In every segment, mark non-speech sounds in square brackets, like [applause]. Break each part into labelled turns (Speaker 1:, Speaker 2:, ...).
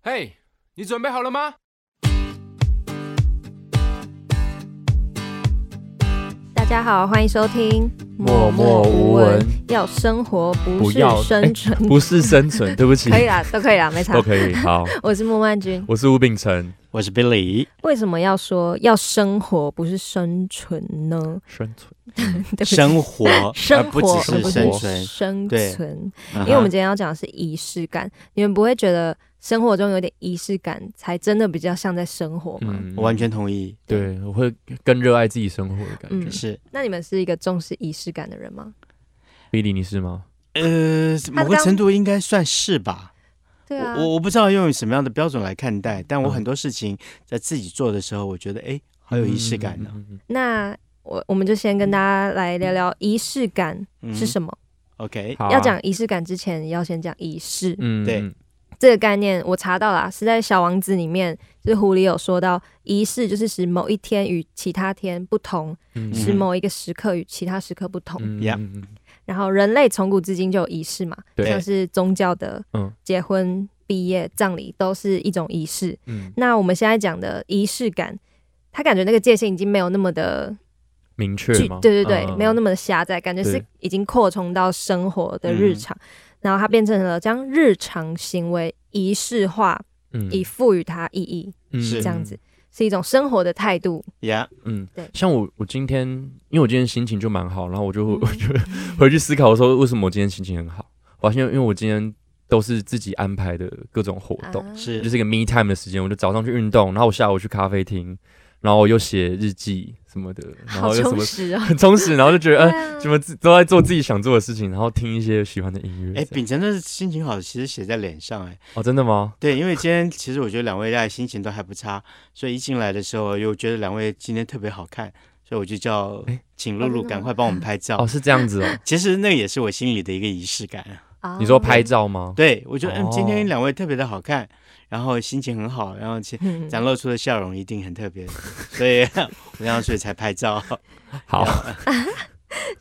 Speaker 1: 嘿、你准备好了吗？
Speaker 2: 大家好，欢迎收听
Speaker 3: 默默无闻，
Speaker 2: 要生活不
Speaker 3: 不
Speaker 2: 是
Speaker 3: 要
Speaker 4: 哎
Speaker 2: 生存，
Speaker 3: 不是生
Speaker 2: [laughs]
Speaker 3: 存，对不起，
Speaker 2: 可以啦，都可以啦，没差。
Speaker 3: 都可以。好，
Speaker 2: 我是莫曼君。
Speaker 3: 我是吴秉承，
Speaker 4: 我是 Billy，
Speaker 2: 为什么要说要生活不是生存呢？ [laughs]
Speaker 3: 生存
Speaker 2: 对呃不起
Speaker 4: 生活而
Speaker 2: [laughs] 生
Speaker 4: 不
Speaker 2: 活
Speaker 4: 只
Speaker 2: 而
Speaker 4: 是
Speaker 2: 不
Speaker 4: 生
Speaker 2: 是
Speaker 4: 存，嗯
Speaker 2: 生
Speaker 4: 对
Speaker 2: 存，
Speaker 4: 因
Speaker 2: 因为我们今天要讲的是仪式感。你们不会觉得生活中有点仪式感，才真的比较像在生活吗？
Speaker 4: 我完全同意，
Speaker 3: 对，我会更热爱自己生活的感
Speaker 2: 嗯
Speaker 3: 觉。
Speaker 4: 是
Speaker 2: 那你们是一个重视仪式感的人吗？
Speaker 3: b i l 你是吗？
Speaker 4: 呃，某个
Speaker 2: 刚
Speaker 4: 程度应该算是吧。
Speaker 2: 嗯对啊，
Speaker 4: 我我不知道用什么样的标准来看待，但我
Speaker 3: 嗯
Speaker 4: 很多事情在自己做的时候，我觉得哎，好有仪式感呢。啊
Speaker 3: 嗯。嗯嗯嗯
Speaker 2: 那我我们就先跟大家来聊聊仪式感
Speaker 4: 嗯
Speaker 2: 是什么。
Speaker 4: ？OK，
Speaker 3: 好啊
Speaker 2: 要讲仪式感之前，要先讲仪式、
Speaker 3: 嗯
Speaker 4: 对
Speaker 3: 嗯
Speaker 2: 这个概念。我查到啦，啊是在《小王子》里面，就是狐狸有说到，仪式就是使某一天与其他天不同，
Speaker 3: 嗯
Speaker 2: 使
Speaker 4: 嗯
Speaker 2: 某一个时刻与其他时刻不同。
Speaker 3: 嗯
Speaker 4: Yeah
Speaker 3: 嗯嗯
Speaker 2: 然后人类从古至今就有仪式嘛，
Speaker 3: 对
Speaker 2: 像是宗教的
Speaker 3: 嗯
Speaker 2: 结婚、毕业、葬礼都是一种仪式。
Speaker 3: 嗯，
Speaker 2: 那我们现在讲的仪式感，他感觉那个界限已经没有那么的
Speaker 3: 明确
Speaker 2: 具
Speaker 3: 吗？嗯
Speaker 2: 对对对，没有那
Speaker 3: 么
Speaker 2: 么的狭窄，感觉是
Speaker 3: 对嗯
Speaker 2: 已经扩充到生活的日常，然后它变成了将日常行为仪式化，
Speaker 3: 嗯
Speaker 2: 以赋予它意义，
Speaker 4: 是
Speaker 2: 这样子。是一种生活的态度。
Speaker 4: 呀，
Speaker 3: 嗯
Speaker 2: 对，
Speaker 3: 像我我今天，因为我今天心情就蛮好，然后我就
Speaker 2: 嗯
Speaker 3: 我就回去思考的时候，为什么我今天心情很好？我发现，因为我今天都是自己安排的各种活动，
Speaker 2: 啊
Speaker 4: 是
Speaker 3: 就是一个 me time 的时间，我就早上去运动，然后我下午去咖啡厅，然后我又写日记什么的，然
Speaker 2: 好
Speaker 3: 后又什
Speaker 2: 充
Speaker 3: 么
Speaker 2: 实哦。
Speaker 3: [laughs] 很充实，然后就觉得，
Speaker 2: 对
Speaker 3: 嗯、
Speaker 2: 啊
Speaker 3: 怎么自都在做自己想做的事情，然后听一些喜欢的音乐。
Speaker 4: 哎，
Speaker 3: 这样
Speaker 4: 秉承的心情好，其实写在脸上哎。
Speaker 3: 哦，真的吗？
Speaker 4: 对，因为今
Speaker 3: [laughs]
Speaker 4: 天其实我觉得两位大家心情都还不差，所以一进来的时候又觉得两位今天特别好看，所以我就叫
Speaker 3: 哎
Speaker 4: 请
Speaker 2: 哦
Speaker 4: 露露
Speaker 2: 真的吗
Speaker 4: 赶快帮我们拍照
Speaker 3: 哦，。是这样子
Speaker 2: [laughs]
Speaker 3: 哦。
Speaker 4: 其实那个也是我心里的一个仪式感。
Speaker 2: 啊
Speaker 3: 你说拍，照吗？
Speaker 4: 对，我觉得
Speaker 3: 哦
Speaker 4: 嗯，今天两位特别的好看，然后心情很好，然后其
Speaker 2: 嗯
Speaker 4: 展露出的笑容一定很
Speaker 3: [laughs]
Speaker 4: 特别，所以我然后所以才拍照。
Speaker 3: 好，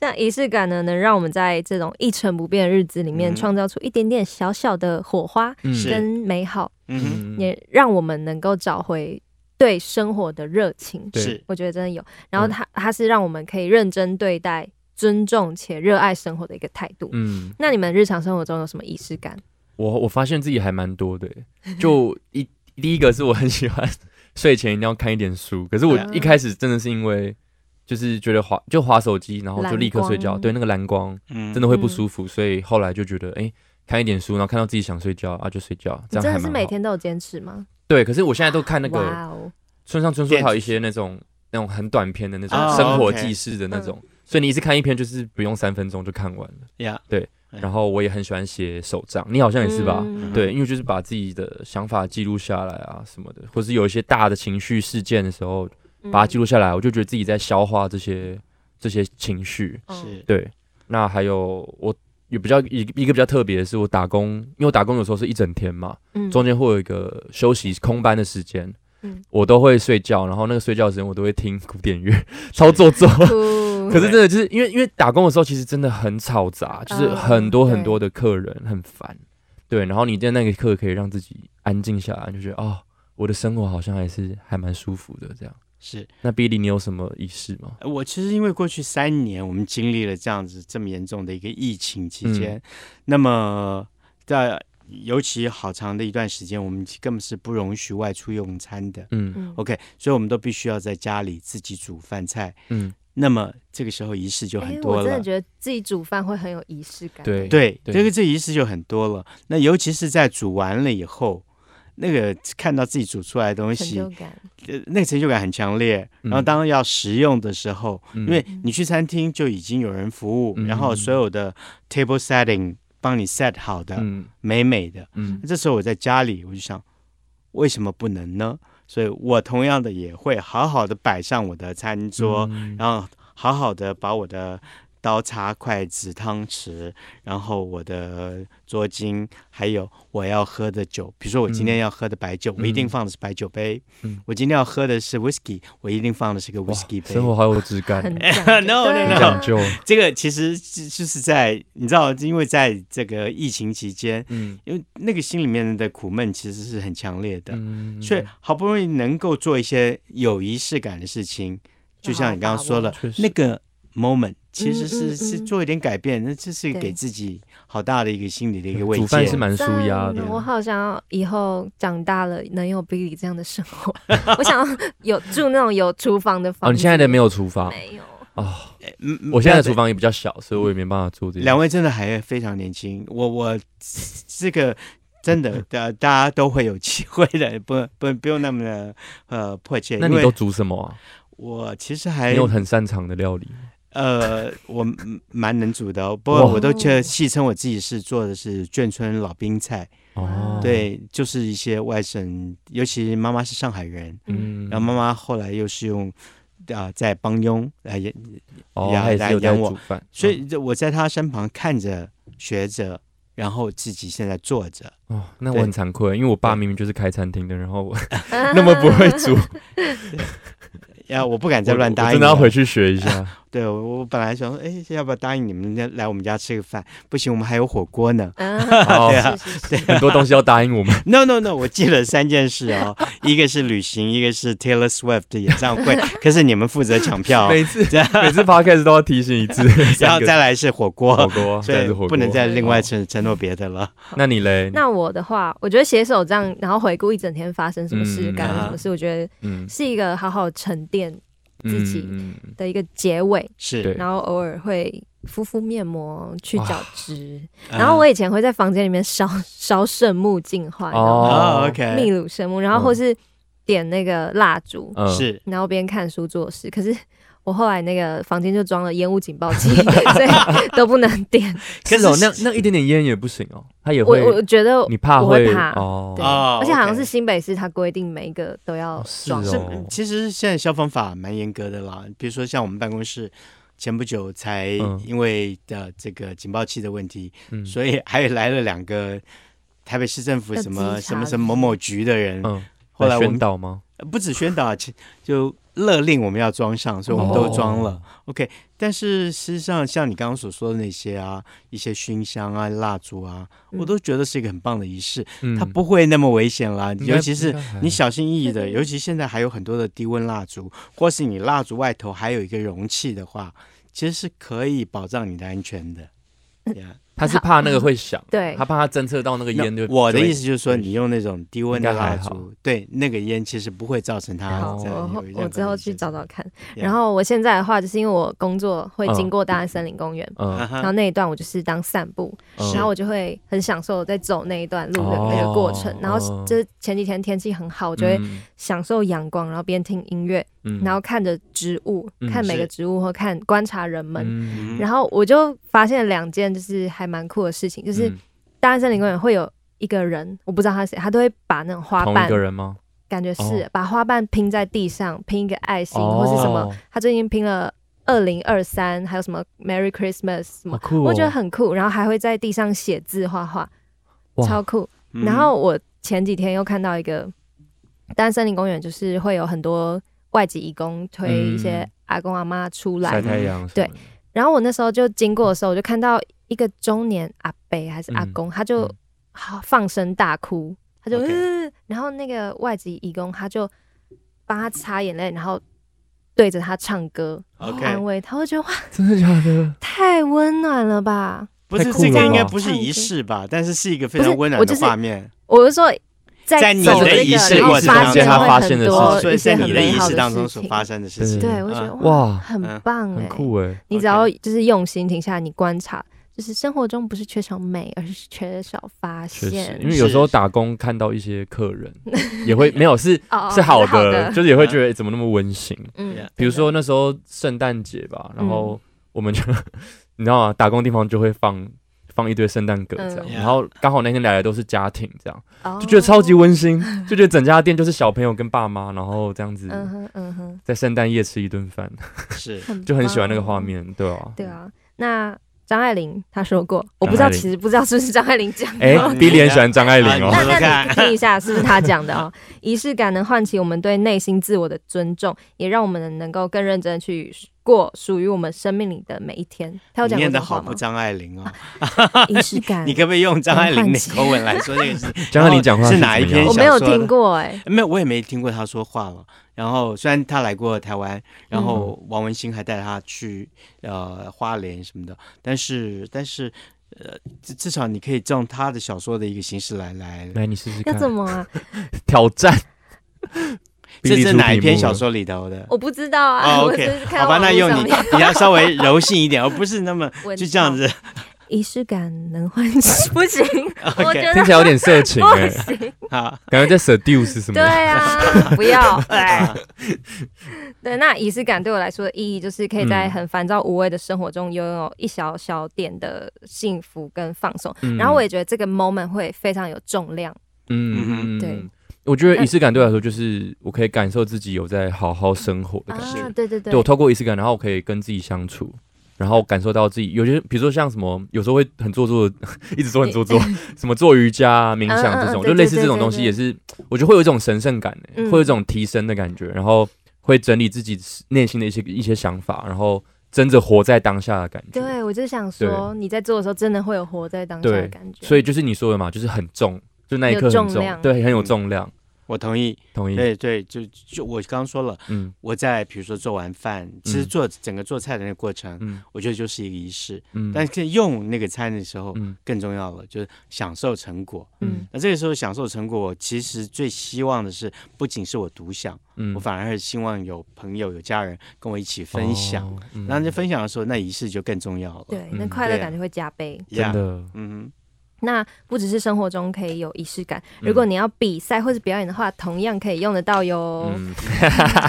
Speaker 2: 那仪式感呢，能让我们在这种一成不变的日子里面
Speaker 4: 嗯
Speaker 2: 创造出一点点小小的火花
Speaker 3: 嗯
Speaker 4: 是
Speaker 2: 跟美好，
Speaker 4: 嗯
Speaker 2: 也让我们能够找回对生活的热情。
Speaker 4: 哼，
Speaker 3: 对
Speaker 4: 是
Speaker 2: 我觉得真的有。然后
Speaker 3: 嗯
Speaker 2: 它它是让我们可以认真对待、尊重且热爱生活的一个态度。
Speaker 3: 嗯，
Speaker 2: 那你们日常生活中有什么仪式感？
Speaker 3: 我我发现自己还蛮多的耶，就一第一个是我很喜欢睡前一定要看一点书，可是我
Speaker 2: 嗯
Speaker 3: 一开始真的是因为就是觉得滑就滑手机，然后就
Speaker 2: 蓝
Speaker 3: 立刻睡觉，
Speaker 2: 光
Speaker 3: 对那个蓝光
Speaker 4: 嗯，
Speaker 3: 真的会不舒服，所以后来就觉得哎。看一点书，然后看到自己想睡觉啊，就睡觉，
Speaker 2: 你
Speaker 3: 这样
Speaker 2: 真
Speaker 3: 还
Speaker 2: 的
Speaker 3: 蛮
Speaker 2: 是
Speaker 3: 好
Speaker 2: 每天都有坚持吗？
Speaker 3: 对，可是我现在都看那个
Speaker 2: 哇哦，
Speaker 3: 村上春树
Speaker 4: 电
Speaker 3: 他有
Speaker 4: 子
Speaker 3: 一些那种那种很短篇的那种
Speaker 4: 哦
Speaker 3: 生活
Speaker 4: OK
Speaker 3: 记事的那
Speaker 2: 嗯
Speaker 3: 种，所以你一次看一篇就是不用三分钟就看完了。
Speaker 4: 呀，嗯
Speaker 3: 然后我也很喜欢写手账，你好像也是吧？
Speaker 2: 嗯
Speaker 3: 对，因为就是把自己的想法记录下来啊什么的，或是有一些大的情绪事件的时候，
Speaker 2: 嗯
Speaker 3: 把它记录下来，我就觉得自己在消化这些这些情绪。
Speaker 2: 嗯
Speaker 4: 是
Speaker 3: 对，那还有我也比较一一个比较特别的是，我打工，因为我打工有时候是一整天嘛，
Speaker 2: 嗯
Speaker 3: 中间会有一个休息空班的时间，
Speaker 2: 嗯
Speaker 3: 我都会睡觉，然后那个睡觉的时间我都会听 [laughs] 古典乐，超做作。 [laughs]
Speaker 2: 酷
Speaker 3: 可是真的就是因为因为打工的时候其实真的很吵杂，就是很多很多的客人，很烦。对，然后你在那个课可以让自己安静下来，你就觉得哦，我的生活好像还是还蛮舒服的这样。
Speaker 4: 是。
Speaker 3: 那 Billy，你有什么仪式吗？
Speaker 4: 呃我其实因为过去三年我们经历了这样子这么严重的一个疫情期间，
Speaker 3: 嗯
Speaker 4: 那么在尤其好长的一段时间，我们根本是不容许外出用餐的。
Speaker 3: 嗯
Speaker 2: 嗯
Speaker 4: OK，所以我们都必须要在家里自己煮饭菜。
Speaker 3: 嗯，
Speaker 4: 那么这个时候仪式就
Speaker 2: 哎
Speaker 4: 很
Speaker 2: 我
Speaker 4: 多
Speaker 2: 真
Speaker 4: 了
Speaker 2: 的。觉得自己煮饭会很有仪式感。
Speaker 3: 对
Speaker 4: 对，
Speaker 3: 对
Speaker 4: 这个这仪式就很多了。那尤其是在煮完了以后，那个看到自己煮出来的东
Speaker 2: 成
Speaker 4: 西，
Speaker 2: 就感，
Speaker 4: 呃那个成就感很强烈。然后
Speaker 3: 嗯
Speaker 4: 当要食用的时候，
Speaker 3: 因
Speaker 4: 因为你去餐厅就已经有人服务，
Speaker 3: 嗯
Speaker 4: 然后所有的 table setting 帮你 set 好的，
Speaker 3: 嗯
Speaker 4: 美美的。
Speaker 3: 嗯
Speaker 4: 这时候我在家里，我就想，为什么不能呢？所以我同样的也会好好的摆上我的餐桌，
Speaker 3: 嗯
Speaker 4: 然后好好的把我的刀叉筷子汤匙，然后我的桌巾，还有我要喝的酒，比如说我今天要喝的白酒，我一定放的是白酒杯；
Speaker 3: 嗯
Speaker 4: 我今天要喝的是 whisky，我一定放的是个 whisky 杯。
Speaker 3: 生活好有质感，
Speaker 2: 很
Speaker 3: [laughs] 很
Speaker 2: 讲究
Speaker 4: No, no,
Speaker 2: 对啊
Speaker 4: no
Speaker 3: 讲究。
Speaker 4: 这个其实就就是在你知道，因为在这个疫情期间，
Speaker 3: 嗯
Speaker 4: 因为那个心里面的苦闷其实是很强烈的，
Speaker 3: 嗯，
Speaker 4: 所以好不容易能够做一些有仪式感的事情，就像你刚刚说了，
Speaker 3: 确实
Speaker 4: 那个 moment 其实
Speaker 2: 嗯
Speaker 4: 是
Speaker 2: 嗯
Speaker 4: 是做一点改变，那这是
Speaker 2: 对
Speaker 4: 给自己好大的一个心理的一个慰
Speaker 3: 煮
Speaker 4: 藉
Speaker 3: 饭。是蛮舒压
Speaker 2: 赞
Speaker 3: 的，
Speaker 2: 我好想要以后长大了能有 Billy 这样的生
Speaker 3: [laughs]
Speaker 2: 活，我想要有住那种有厨房的房
Speaker 3: 哦，
Speaker 2: 子。
Speaker 3: 你现在的没有厨房
Speaker 2: 没有？
Speaker 3: 哦，
Speaker 4: 嗯嗯
Speaker 3: 我现在的
Speaker 4: 不要
Speaker 3: 厨房也比较小，所以我也没办法做这些。
Speaker 4: 两位真的还非常年轻，我我 [laughs] 这个真的，呃大大家都会有机会的， [laughs] 不不不用那么的呃迫切。
Speaker 3: 那
Speaker 4: 因
Speaker 3: 你
Speaker 4: 为
Speaker 3: 都煮什么啊？
Speaker 4: 我其实
Speaker 3: 你
Speaker 4: 还
Speaker 3: 有很擅长的料理，
Speaker 4: 呃，我蛮蛮能煮的、哦，不过
Speaker 3: 哇
Speaker 4: 我都觉得戏称我自己是做的是眷村老兵菜，
Speaker 3: 哦，
Speaker 4: 对，就是一些外省，尤其妈妈是上海人，
Speaker 3: 嗯，
Speaker 4: 然后妈妈后来又是用啊、在帮佣来演，
Speaker 3: 哦，
Speaker 4: 养
Speaker 3: 还是有在
Speaker 4: 养我
Speaker 3: 煮饭，
Speaker 4: 所以这我在她身旁看着学着，然后自己现在做着。
Speaker 3: 哦，那我
Speaker 4: 对
Speaker 3: 很惭愧，因为我爸明明就是开餐厅的，
Speaker 2: [laughs]
Speaker 3: 然后我那么不会
Speaker 4: [laughs]
Speaker 3: 煮，
Speaker 4: 呀，我不敢
Speaker 3: 嗯
Speaker 4: 再
Speaker 3: 我
Speaker 4: 乱
Speaker 3: 我
Speaker 4: 答应。啊
Speaker 3: 真的要回。去学一
Speaker 4: [laughs]
Speaker 3: 下。
Speaker 4: 对，我我本来想说，哎，要不要答应你们家来我们家吃个饭？不行，我们还有火锅呢。 [laughs]
Speaker 3: [laughs]
Speaker 2: 啊，
Speaker 3: 哦，
Speaker 2: 是是是，
Speaker 3: 很多东西要答应我们，
Speaker 4: No No No，我记了三件事哦，一个是旅行，一个是 Taylor Swift 的演唱会，可是你们负责
Speaker 3: [laughs]
Speaker 4: 抢票哦，
Speaker 3: 每
Speaker 4: [laughs]
Speaker 3: 次每次 podcast 都要提醒一次，
Speaker 4: 然
Speaker 3: 三
Speaker 4: 后
Speaker 3: 个
Speaker 4: 再来是火
Speaker 3: 火
Speaker 4: 锅，
Speaker 3: 锅，
Speaker 4: 所
Speaker 3: 再来
Speaker 4: 以
Speaker 3: 是火锅，
Speaker 4: 不能再另外
Speaker 3: 哦。
Speaker 4: 承承诺别的了。
Speaker 3: 那你嘞？
Speaker 2: 那我的话，我觉得写手账，然后回顾一整天发生什么事，
Speaker 3: 嗯
Speaker 2: 干了什么事，我觉得
Speaker 3: 嗯
Speaker 2: 是一个好好沉淀自己
Speaker 3: 嗯嗯
Speaker 2: 的一个结尾。
Speaker 4: 是
Speaker 3: 对，
Speaker 2: 然后偶尔会敷敷面膜、去角质，
Speaker 4: 哇
Speaker 2: 然后
Speaker 3: 哦
Speaker 2: 我以前会在房间里面烧 [laughs] 烧圣木净化，你知道吗
Speaker 4: 哦
Speaker 3: 哦
Speaker 2: 秘
Speaker 4: OK，
Speaker 2: 鲁圣木，然后或是点那个蜡烛，
Speaker 3: 嗯
Speaker 4: 是
Speaker 2: 然后边看书做事。可是我后来那个房间就装了烟雾警报器， [laughs] 所以都不能点。
Speaker 4: 可
Speaker 3: 是哦，
Speaker 4: 是
Speaker 3: 那那一点点烟也不行哦，它也
Speaker 2: 我
Speaker 3: 会，
Speaker 2: 我觉得
Speaker 3: 你怕
Speaker 2: 我会
Speaker 3: 会
Speaker 2: 怕啊
Speaker 3: 哦
Speaker 2: 对，
Speaker 4: 哦
Speaker 2: 而且好像
Speaker 4: OK
Speaker 2: 是新北市它规定每一个都要
Speaker 3: 哦是
Speaker 2: 装。
Speaker 3: 哦
Speaker 4: 是，嗯其实现在消防法蛮严格的啦，比如说像我们办公室。前不久才
Speaker 3: 嗯
Speaker 4: 因为的这个警报器的问题，
Speaker 3: 嗯
Speaker 4: 所以还来了两个台北市政府什
Speaker 2: 要
Speaker 4: 么
Speaker 2: 稽查
Speaker 4: 什么什么某某局的人，
Speaker 3: 嗯，
Speaker 4: 后来我
Speaker 3: 宣
Speaker 4: 们
Speaker 3: 导吗？
Speaker 4: 呃不止宣导啊，其就勒令我们要装上，所以我们
Speaker 2: 哦
Speaker 4: 都装了。OK，但是事实上，像你刚刚所说的那些啊，一些熏香啊、蜡烛啊，
Speaker 2: 嗯
Speaker 4: 我都觉得是一个很棒的仪式，
Speaker 3: 嗯，
Speaker 4: 它不会那么危险啦，
Speaker 3: 应该
Speaker 4: 尤其是
Speaker 3: 应。该还好
Speaker 4: 你小心翼翼的，
Speaker 2: 对
Speaker 4: 尤其现在还有很多的低温蜡烛，或是你蜡烛外头还有一个容器的话，其实是可以保障你的安
Speaker 2: [laughs]
Speaker 4: 全的。Yeah
Speaker 3: 他是怕那个会响，
Speaker 2: 对
Speaker 3: 他怕他侦测到那个烟就
Speaker 4: 那我的意，思
Speaker 3: 就
Speaker 4: 就是说，
Speaker 3: 对
Speaker 4: 你用那种低温的
Speaker 3: 应该
Speaker 4: 蜡
Speaker 3: 还好
Speaker 4: 烛，对那个烟其实不会造成
Speaker 3: 啊
Speaker 4: 它
Speaker 2: 好，
Speaker 4: 这
Speaker 3: 哦
Speaker 4: 样
Speaker 2: 我
Speaker 4: 有任何
Speaker 2: 我之后
Speaker 4: 的
Speaker 2: 去
Speaker 4: 影响
Speaker 2: 找找看。
Speaker 4: Yeah
Speaker 2: 然后我现在的话，就是因为我工作会经过大安森林公园，
Speaker 3: 会嗯，
Speaker 2: 然后
Speaker 4: 嗯，
Speaker 2: 那一段我就是当散步，
Speaker 3: 嗯
Speaker 2: 然后我就会很享受在走那一段路的那个过程。
Speaker 3: 哦
Speaker 2: 然后就是前几天天气很好，我就会
Speaker 3: 嗯
Speaker 2: 享受阳光，然后边听音乐，
Speaker 3: 嗯
Speaker 2: 然后看着植物，
Speaker 3: 嗯
Speaker 2: 看每个
Speaker 4: 是
Speaker 2: 植物或看观察人们。
Speaker 3: 嗯
Speaker 2: 然后我就发现两件就是还蛮酷的事情，就是
Speaker 3: 嗯
Speaker 2: 大安森林公园会有一个人，我不知道他是谁，他都会把那种花
Speaker 3: 同一
Speaker 2: 瓣
Speaker 3: 个人吗？
Speaker 2: 感觉是、
Speaker 3: 哦
Speaker 2: 把花瓣拼在地上，拼一个爱心、或是什么
Speaker 3: 哦。
Speaker 2: 他最近拼了二零二三，还有什么 Merry Christmas 什么
Speaker 3: 好，酷哦，
Speaker 2: 我觉得很酷。然后还会在地上写字、画画，
Speaker 3: 哇
Speaker 2: 超酷。
Speaker 4: 嗯
Speaker 2: 然后我前几天又看到一个，当然森林公园就是会有很多外籍义工推一些
Speaker 3: 嗯
Speaker 2: 阿公阿妈出来，
Speaker 3: 晒太阳什么的，
Speaker 2: 对然后我那时候就经过的时候，我就看到一个中年阿伯还是阿公，他就
Speaker 3: 嗯
Speaker 2: 好放声大哭，他就
Speaker 4: OK
Speaker 2: 嗯，然后那个外籍义工他就帮他擦眼泪，然后对着他唱歌
Speaker 4: OK
Speaker 2: 安慰他，我觉得哇，
Speaker 3: 真的假的？
Speaker 2: 太温暖了吧！
Speaker 4: 不是
Speaker 3: 太酷
Speaker 4: 这个
Speaker 3: 了
Speaker 4: 应该
Speaker 3: 吧
Speaker 4: 不是
Speaker 2: 唱
Speaker 4: 仪
Speaker 2: 歌
Speaker 4: 式吧？但是是一个非
Speaker 2: 不是
Speaker 4: 常温暖
Speaker 2: 我
Speaker 4: 的
Speaker 2: 就是
Speaker 4: 画面。
Speaker 2: 我是说。
Speaker 4: 在
Speaker 2: 在
Speaker 4: 你
Speaker 2: 走
Speaker 4: 的
Speaker 2: 这个
Speaker 4: 仪式
Speaker 2: 然后
Speaker 4: 过程
Speaker 2: 发
Speaker 4: 当
Speaker 2: 现
Speaker 4: 中
Speaker 2: 会
Speaker 3: 发
Speaker 2: 很
Speaker 3: 现的
Speaker 2: 多
Speaker 3: 事
Speaker 4: 所以
Speaker 2: 一些
Speaker 4: 在
Speaker 2: 很
Speaker 4: 你的
Speaker 2: 美
Speaker 4: 仪
Speaker 2: 好
Speaker 4: 式当中
Speaker 2: 事
Speaker 4: 所
Speaker 2: 情
Speaker 4: 发生的事
Speaker 3: 对
Speaker 4: 情，
Speaker 2: 对，我觉得
Speaker 4: 嗯
Speaker 2: 哇，
Speaker 3: 哇
Speaker 2: 很
Speaker 4: 嗯
Speaker 2: 棒哎、
Speaker 3: 很酷哎，
Speaker 2: 你只
Speaker 4: OK
Speaker 2: 要就是用心停下来，你观察，就是生活中不是缺少美，而是缺少发
Speaker 3: 确实
Speaker 2: 现，。
Speaker 3: 因为有时候打工看到一些
Speaker 2: [laughs]
Speaker 3: 客人也会没有是
Speaker 2: 哦哦
Speaker 3: 是好的，
Speaker 2: 的，
Speaker 3: 就是也会觉得诶怎么那么温馨。
Speaker 2: 嗯
Speaker 4: Yeah，
Speaker 3: 比如说那时候圣诞节吧，然后我们就 [laughs] 你知道吗？打工地方就会放放一堆圣诞歌这样，
Speaker 4: 嗯
Speaker 3: 然后刚好那天来的都是家庭这样，
Speaker 2: 真的
Speaker 3: 就觉得超级
Speaker 2: 哦
Speaker 3: 温馨， [laughs] 就觉得整家店就是小朋友跟爸妈，然后这样子
Speaker 2: 嗯哼嗯哼，
Speaker 3: 在圣诞夜吃一顿饭，
Speaker 4: 是
Speaker 2: 很 [laughs]
Speaker 3: 就很喜欢那个
Speaker 2: 棒
Speaker 3: 画。面，对啊，
Speaker 2: 嗯对啊，那张爱玲她说过，我不知
Speaker 3: 张爱
Speaker 2: 道，
Speaker 3: 玲
Speaker 2: 其实不知道是不是张爱玲讲的。哦
Speaker 3: 哎 [laughs]
Speaker 4: 嗯
Speaker 3: ，B 脸喜欢张爱玲
Speaker 4: 啊
Speaker 3: 哦
Speaker 4: 你，
Speaker 2: 那那你
Speaker 4: 看
Speaker 2: 听一下，是不是他讲的哦？ [laughs] 仪式感能唤起我们对内心自我的尊重，也让我们能够更认真地去过属于我们生命里的每一天。他有
Speaker 4: 你
Speaker 2: 讲过
Speaker 4: 念
Speaker 2: 这
Speaker 4: 的
Speaker 2: 种话
Speaker 4: 好
Speaker 2: 吗
Speaker 4: 不？张爱玲哦，
Speaker 2: 仪式
Speaker 3: [laughs]
Speaker 2: 感
Speaker 4: 你，可不可以用张爱玲的口吻来说这
Speaker 2: [laughs]
Speaker 4: 个事？
Speaker 3: 张爱玲讲话
Speaker 4: 哦是哪一
Speaker 3: 怎么样
Speaker 4: 篇
Speaker 2: 我没有
Speaker 4: 想说的
Speaker 2: 听过哎。
Speaker 4: 没有，我也没听过他说话了。然后虽然他来过台湾，然
Speaker 2: 嗯
Speaker 4: 后王文兴还带他去呃花莲什么的，但是但是呃至至少你可以用他的小说的一个形式来来。
Speaker 3: 来你试试
Speaker 2: 要
Speaker 3: 看，
Speaker 2: 怎么啊？
Speaker 3: 挑战？
Speaker 4: 这是哪一篇小
Speaker 3: 哔
Speaker 4: 说里头的？
Speaker 2: 我不知道啊，[laughs]
Speaker 4: 哦
Speaker 2: 我只
Speaker 4: ，OK，
Speaker 2: 是看
Speaker 4: 好吧，
Speaker 2: 网
Speaker 4: 那
Speaker 2: 络
Speaker 4: 用
Speaker 2: 上
Speaker 4: 你
Speaker 2: 面
Speaker 4: 你要稍微柔性一点，而不是
Speaker 2: [laughs]
Speaker 4: 那么
Speaker 2: 文
Speaker 4: 就这样
Speaker 2: 章
Speaker 4: 子。
Speaker 2: 仪式感能唤起， [laughs] 不行，我
Speaker 4: OK，
Speaker 2: 觉
Speaker 3: [laughs]
Speaker 2: 得
Speaker 3: 哔哩哔哩听起来有点色
Speaker 2: [laughs]
Speaker 3: 情哎、
Speaker 2: 不行，
Speaker 4: 好，
Speaker 3: 感觉在 seduce 什么
Speaker 2: 对
Speaker 3: 的？
Speaker 2: 啊，不要，哎，
Speaker 4: 啊
Speaker 2: [laughs] 对，那仪式感对我来说的意义就是可以在很烦躁无味的生活中拥有一小小点的幸福跟放松，
Speaker 3: 嗯
Speaker 2: 然后我也觉得这个 moment 会非常有重量。
Speaker 3: 嗯嗯嗯，
Speaker 2: 对
Speaker 3: 我觉得仪式感对我来说就是我可以感受自己有在好好生活的感觉。
Speaker 2: 啊，对对对
Speaker 3: 对我透过仪式感，然后我可以跟自己相处，然后感受到自己有些，比如说像什么，有时候会很做作， [laughs] 一直说很做作，什么做瑜伽、啊、冥想这
Speaker 2: 嗯
Speaker 3: 种，
Speaker 2: 嗯嗯
Speaker 3: 就类似
Speaker 2: 对对
Speaker 3: 这种东
Speaker 2: 对
Speaker 3: 西，
Speaker 2: 对
Speaker 3: 也是我觉得会有一种神圣感、欸，
Speaker 2: 嗯
Speaker 3: 会有一种提升的感觉，然后会整理自己内心的一些一些想法，然后真的活在当下的感觉。
Speaker 2: 对，我就想说你在做的时候真的会有活在当下的感觉。
Speaker 3: 所
Speaker 2: 以
Speaker 3: 以就是你说的嘛，就是很重，就那一刻
Speaker 2: 有
Speaker 3: 很
Speaker 2: 重量
Speaker 3: 对，很有重量。
Speaker 4: 我同意。
Speaker 3: 同意，
Speaker 4: 对对，就就我刚刚说了，
Speaker 3: 嗯
Speaker 4: 我在比如说做完饭，其实做整个做菜的那个过程，
Speaker 3: 嗯
Speaker 4: 我觉得就是一个仪式。
Speaker 3: 嗯，
Speaker 4: 但是用那个餐的时候，
Speaker 3: 嗯
Speaker 4: 更重要了，就是享受成果。
Speaker 2: 嗯
Speaker 4: 那这个时候享受成果，我其实最希望的是，不仅是我独享，
Speaker 3: 嗯
Speaker 4: 我反而是希望有朋友、有家人跟我一起分享。，
Speaker 3: 哦嗯
Speaker 4: 那在分享的时候，那仪式就更重要了。
Speaker 2: 对，
Speaker 3: 嗯
Speaker 2: 那快乐
Speaker 4: 对啊
Speaker 2: 感就会加倍。
Speaker 3: 真
Speaker 4: Yeah，
Speaker 3: 的，
Speaker 4: 嗯
Speaker 2: 那不只是生活中可以有仪式感，
Speaker 3: 嗯
Speaker 2: 如果你要比赛或是表演的话，同样可以用得到哟。
Speaker 3: 嗯，
Speaker 2: [laughs]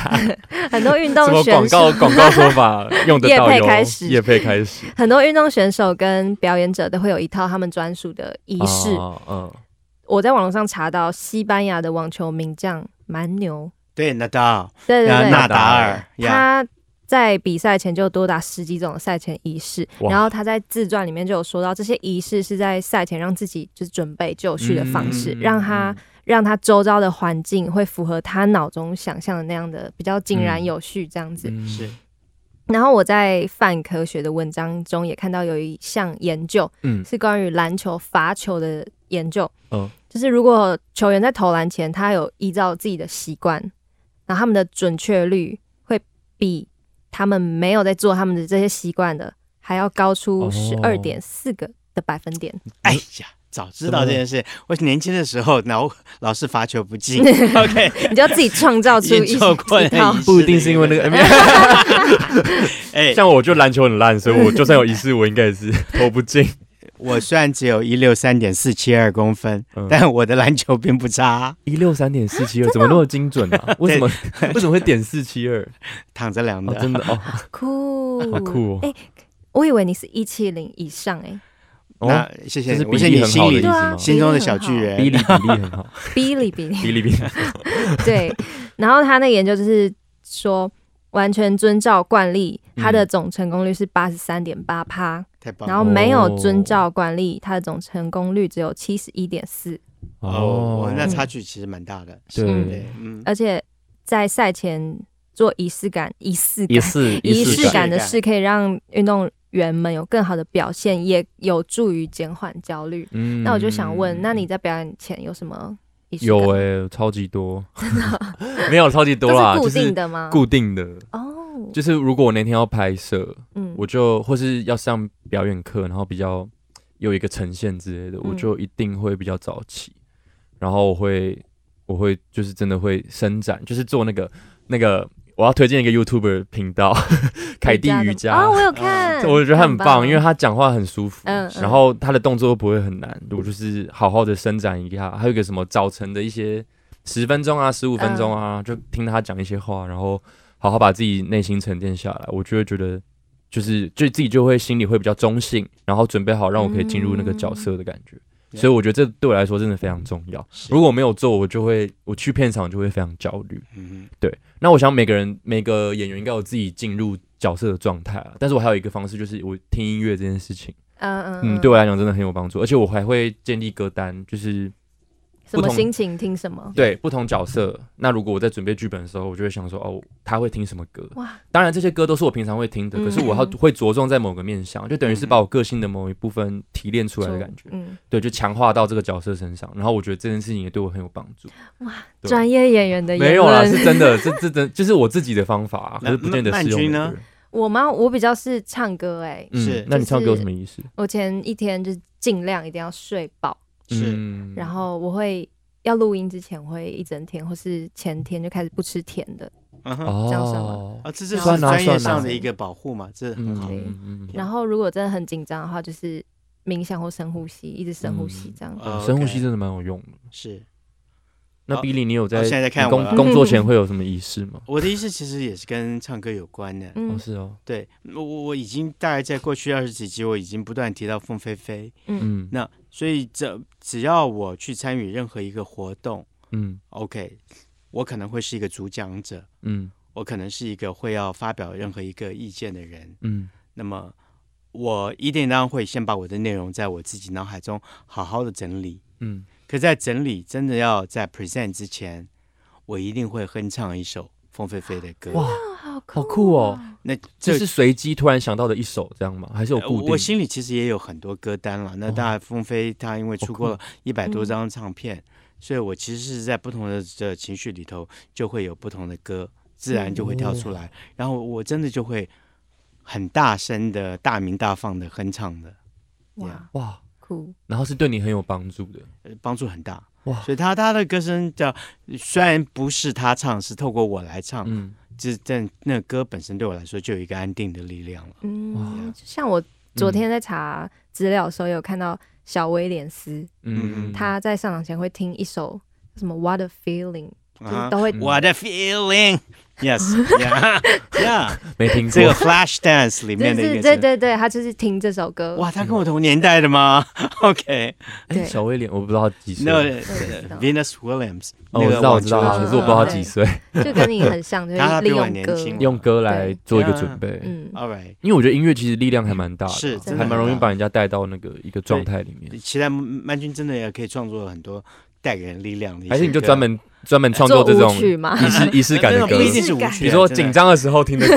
Speaker 2: 很多运
Speaker 3: 什么
Speaker 2: 动选
Speaker 3: 广
Speaker 2: 手
Speaker 3: 告广告说法用得到
Speaker 2: 业配
Speaker 3: 哟
Speaker 2: 开始
Speaker 3: 业配开始
Speaker 2: 很多运动选手跟表演者都会有一套他们专属的仪式。
Speaker 3: 哦嗯，
Speaker 2: 我在网络上查到，西班牙的网球名将蛮牛，
Speaker 4: 哼，对，纳达，
Speaker 2: 对对
Speaker 4: 啊
Speaker 2: 对，
Speaker 4: 纳达尔，呀，
Speaker 2: 他在比赛前就多达十几种的赛前仪式，
Speaker 3: 哇
Speaker 2: 然后他在自传里面就有说到，这些仪式是在赛前让自己就是准备就绪的方式，
Speaker 3: 嗯
Speaker 2: 让他让他周遭的环境会符合他脑中想象的那样的比较井然
Speaker 3: 嗯
Speaker 2: 有序这样子。
Speaker 3: 嗯
Speaker 4: 是，
Speaker 2: 然后我在泛科学的文章中也看到有一项研究，
Speaker 3: 嗯
Speaker 2: 是关于篮球罚球的研究。
Speaker 3: 嗯
Speaker 2: 就是如果球员在投篮前，他有依照自己的习惯，然后他们的准确率会比他们没有在做他们的这些习惯的还要高出
Speaker 3: 哦
Speaker 2: 十二点四个的百分点。
Speaker 4: 哎呀。早知道这件事，我年轻的时候老老是罚球
Speaker 2: [laughs]
Speaker 4: 不进，OK，
Speaker 2: 你就要自己创造
Speaker 4: 已 [laughs]
Speaker 2: 出
Speaker 4: 经
Speaker 2: 一
Speaker 4: 错过了
Speaker 2: 一套
Speaker 4: 仪式
Speaker 3: 不一定是因为那个，
Speaker 4: 哎，
Speaker 3: 像我就篮球很烂，所以我就算有仪式，我应该
Speaker 2: [laughs]
Speaker 3: 也是投不进。
Speaker 4: 我虽然只有一六三点四七二公分，
Speaker 3: 嗯
Speaker 4: 但我的篮球并不差， [laughs]
Speaker 3: 一六三点四七二，怎
Speaker 2: 哦
Speaker 3: 么那么精准
Speaker 2: [laughs]
Speaker 3: 啊？为什么为什么会点四七二？
Speaker 4: 躺着量
Speaker 3: 哦
Speaker 4: 的。，
Speaker 3: 真的哦，
Speaker 2: 酷，
Speaker 3: 好酷哦
Speaker 2: 哎、我以为你是一七零以上哎、
Speaker 3: 哦，
Speaker 4: 那谢谢
Speaker 3: 这是
Speaker 4: 你，
Speaker 3: 比
Speaker 4: 我是
Speaker 3: 例
Speaker 4: 你
Speaker 3: 很
Speaker 4: 心
Speaker 3: 好的意
Speaker 4: 里
Speaker 3: 思
Speaker 2: 对啊
Speaker 3: 吗？
Speaker 4: 心中的小巨
Speaker 3: 比
Speaker 4: 人。
Speaker 3: 例比例很好，
Speaker 2: 哔哩哔哩。
Speaker 3: [laughs] 比例比例，
Speaker 2: 对，然后他那个研究就是说，完全遵照惯例，
Speaker 3: 嗯
Speaker 2: 它的总成功率是八十三点八趴，
Speaker 4: 太棒
Speaker 2: 然
Speaker 4: 了！
Speaker 2: 后没有遵照惯例，它的总成功率只有七十一点四，
Speaker 4: 哦，那
Speaker 2: 差
Speaker 4: 差距其实蛮大的。
Speaker 3: 对
Speaker 4: 是对，嗯，
Speaker 2: 而且在赛前做仪式感、仪式感、
Speaker 3: 式
Speaker 2: 仪式
Speaker 4: 感
Speaker 2: 感的事，可以让运动员们有更好的表现，也有助于减缓焦虑。
Speaker 3: 嗯
Speaker 2: 那我就想问，那你在表演前有什么仪式感？
Speaker 3: 有哎、超级多， [laughs] 没有超级
Speaker 2: [laughs]
Speaker 3: 多
Speaker 2: 都
Speaker 3: 啦，
Speaker 2: 是固
Speaker 3: 就
Speaker 2: 定
Speaker 3: 是
Speaker 2: 的啊吗？
Speaker 3: 固定的，
Speaker 2: 哦，
Speaker 3: 就是如果我那天要拍摄，
Speaker 2: 嗯
Speaker 3: 我就或是要上表演课，然后比较有一个呈现之类的，我
Speaker 2: 嗯
Speaker 3: 就一定会比较早起，然后我会我会就是真的会伸展，就是做那个那个我要推荐一个 YouTuber 频道， [laughs] 凯蒂瑜伽。
Speaker 2: 啊、哦，我有看，
Speaker 3: [laughs] 我觉得他很棒，因为他讲话很舒服，
Speaker 2: 嗯嗯
Speaker 3: 然后他的动作不会很难，我就是好好的伸展一下。还有一个什么早晨的一些十分钟啊、十五分钟啊，就听他讲一些话，然后好好把自己内心沉淀下来，我就会觉得就是就自己就会心里会比较中性，然后准备好让我可以进入那个角色的感觉。
Speaker 4: 嗯
Speaker 3: 所以我觉得这对我来说真的非常重要。如果我没有做，我就会我去片场就会非常焦虑。
Speaker 4: 嗯
Speaker 3: 对，那我想每个人每个演员应该有自己进入角色的状态啊。但是我还有一个方式，就是我听音乐这件事情，
Speaker 2: 嗯嗯
Speaker 3: 嗯，对我来讲真的很有帮助，而且我还会建立歌单，就是
Speaker 2: 什么
Speaker 3: 不同
Speaker 2: 心情听什么？
Speaker 3: 对不同角色。那如果我在准备剧本的时候，我就会想说，哦，他会听什么歌？
Speaker 2: 哇，
Speaker 3: 当然这些歌都是我平常会听的，
Speaker 2: 嗯
Speaker 3: 可是我要会着重在某个面向，就等于是把我个性的某一部分提炼出来的
Speaker 2: 就
Speaker 3: 感觉，
Speaker 2: 嗯，
Speaker 3: 对，就强化到这个角色身上。然后我觉得这件事情也对我很有帮助。
Speaker 2: 哇，
Speaker 3: 对啊
Speaker 2: 专业演员的
Speaker 3: 没
Speaker 2: 言
Speaker 3: 有啦，
Speaker 2: 论
Speaker 3: 是真的，这 [laughs] 这真就是我自己的方法啊、可
Speaker 4: 那
Speaker 3: 是不见得
Speaker 4: 曼
Speaker 3: 适用每
Speaker 4: 君
Speaker 3: 个
Speaker 4: 呢
Speaker 3: 人。
Speaker 2: 我吗？我比较是唱歌哎、
Speaker 3: 嗯
Speaker 4: 是
Speaker 3: 那你唱歌有
Speaker 2: 就是
Speaker 3: 什么意思？
Speaker 2: 我前一天就尽量一定要睡饱，
Speaker 4: 是
Speaker 3: 嗯
Speaker 2: 然后我会要录音之前会一整天或是前天就开始不吃甜的，
Speaker 4: 嗯哼
Speaker 3: 哦，
Speaker 2: 这样算吗
Speaker 4: 啊，这是
Speaker 2: 算
Speaker 3: 啊
Speaker 4: 专业
Speaker 3: 算啊
Speaker 4: 上的一个保护嘛，这很好。
Speaker 2: 对
Speaker 3: 嗯
Speaker 2: 然后如果真的很紧张的话，就是冥想或深呼吸，一直深呼吸这样。
Speaker 4: 呃
Speaker 3: 深呼
Speaker 4: OK，
Speaker 3: 吸真的蛮有用的。
Speaker 4: 是
Speaker 3: 那
Speaker 4: 好
Speaker 3: Billy，你有在
Speaker 4: 哦现在在看
Speaker 3: 你
Speaker 4: 我
Speaker 3: 工
Speaker 4: 了
Speaker 3: 工作前会有什么仪式吗？
Speaker 4: 我的意思，其实也是跟唱歌有关的。
Speaker 2: 嗯
Speaker 3: 哦，是哦，
Speaker 4: 对我，我我已经大概在过去二十几集，我已经不断提到凤飞飞。
Speaker 3: 嗯
Speaker 4: 那所以这只要我去参与任何一个活动
Speaker 3: 嗯
Speaker 4: ，OK，我可能会是一个主讲者，
Speaker 3: 嗯
Speaker 4: 我可能是一个会要发表任何一个意见的人。
Speaker 3: 嗯
Speaker 4: 那么我一定当然会先把我的内容在我自己脑海中好好的整理。
Speaker 3: 嗯，
Speaker 4: 可在整理真的要在 present 之前，我一定会哼唱一首凤飞飞的歌。
Speaker 3: 哇，
Speaker 2: 好
Speaker 3: 好酷哦！
Speaker 4: 那
Speaker 3: 这
Speaker 4: 这
Speaker 3: 是随机突然想到的一首这样吗？还是有
Speaker 4: 呃
Speaker 3: 固定？
Speaker 4: 我心里其实也有很多歌单了。那
Speaker 3: 哦嗯
Speaker 4: 当然，凤飞他因为出过了一百多张唱片，所以我其实是在不同的这情绪里头就会有不同的歌，自然就会跳
Speaker 3: 嗯
Speaker 4: 出来。然后我真的就会很大声的、大鸣大放的哼唱的，
Speaker 2: 哇，
Speaker 3: 哇，
Speaker 2: 酷，
Speaker 3: 然后是对你很有帮助的
Speaker 4: 呃帮助很大。
Speaker 3: 哇，
Speaker 4: 所以他他的歌声叫，虽然不是他唱，是透过我来唱，
Speaker 3: 嗯
Speaker 4: 这但那歌本身对我来说就有一个安定的力量了。
Speaker 2: 嗯，就像我昨
Speaker 4: 嗯
Speaker 3: 嗯
Speaker 2: 天在查资料的时候，有看到小威廉斯
Speaker 4: 嗯
Speaker 2: 他在上场前会听一首什么《What a Feeling》，就是
Speaker 4: 啊
Speaker 2: 都会
Speaker 3: 嗯
Speaker 4: 我
Speaker 3: [laughs]
Speaker 4: 的 feeling，yes，yeah，yeah。
Speaker 3: 嗯没听
Speaker 4: 这
Speaker 3: [laughs]
Speaker 4: 个
Speaker 3: 过，
Speaker 4: Flash Dance 里
Speaker 2: 就
Speaker 4: 面的一
Speaker 2: 是
Speaker 4: 个
Speaker 2: 对对对，他就是听这首歌。
Speaker 4: 哇，他跟我同年代的吗 [laughs] ？OK，
Speaker 3: 哎，小威廉，我不知道他几岁，
Speaker 4: 那
Speaker 3: 哦，
Speaker 2: 知
Speaker 4: [laughs]
Speaker 2: 道
Speaker 4: Venus Williams，
Speaker 3: 我知道我知道
Speaker 2: 网球
Speaker 3: 他，可
Speaker 4: 啊
Speaker 2: 的
Speaker 3: 是我不知道他几岁，
Speaker 4: [laughs]
Speaker 2: 就跟你很像，就
Speaker 4: 他
Speaker 2: 是利
Speaker 4: 比我
Speaker 2: 用
Speaker 4: 年
Speaker 2: 歌，
Speaker 4: 轻
Speaker 3: 用歌来做一个准备，
Speaker 2: 嗯，
Speaker 4: All right，
Speaker 3: 因为我觉得音乐其实力量还蛮大的，
Speaker 4: 是真
Speaker 2: 的
Speaker 3: 还蛮容易
Speaker 4: 很大
Speaker 3: 把人家带到那个一个状态里面。
Speaker 4: 期待曼君真的也可以创作很多带给人力量的一些歌，啊
Speaker 3: 还是你就专门专门创
Speaker 2: 做
Speaker 3: 作这种
Speaker 2: 舞曲嘛，
Speaker 3: 仪式仪式感的
Speaker 4: 那
Speaker 3: 歌
Speaker 4: 种，不一定是舞
Speaker 2: 仪式感
Speaker 4: 曲，啊
Speaker 3: 比如说紧，张的时候听的歌，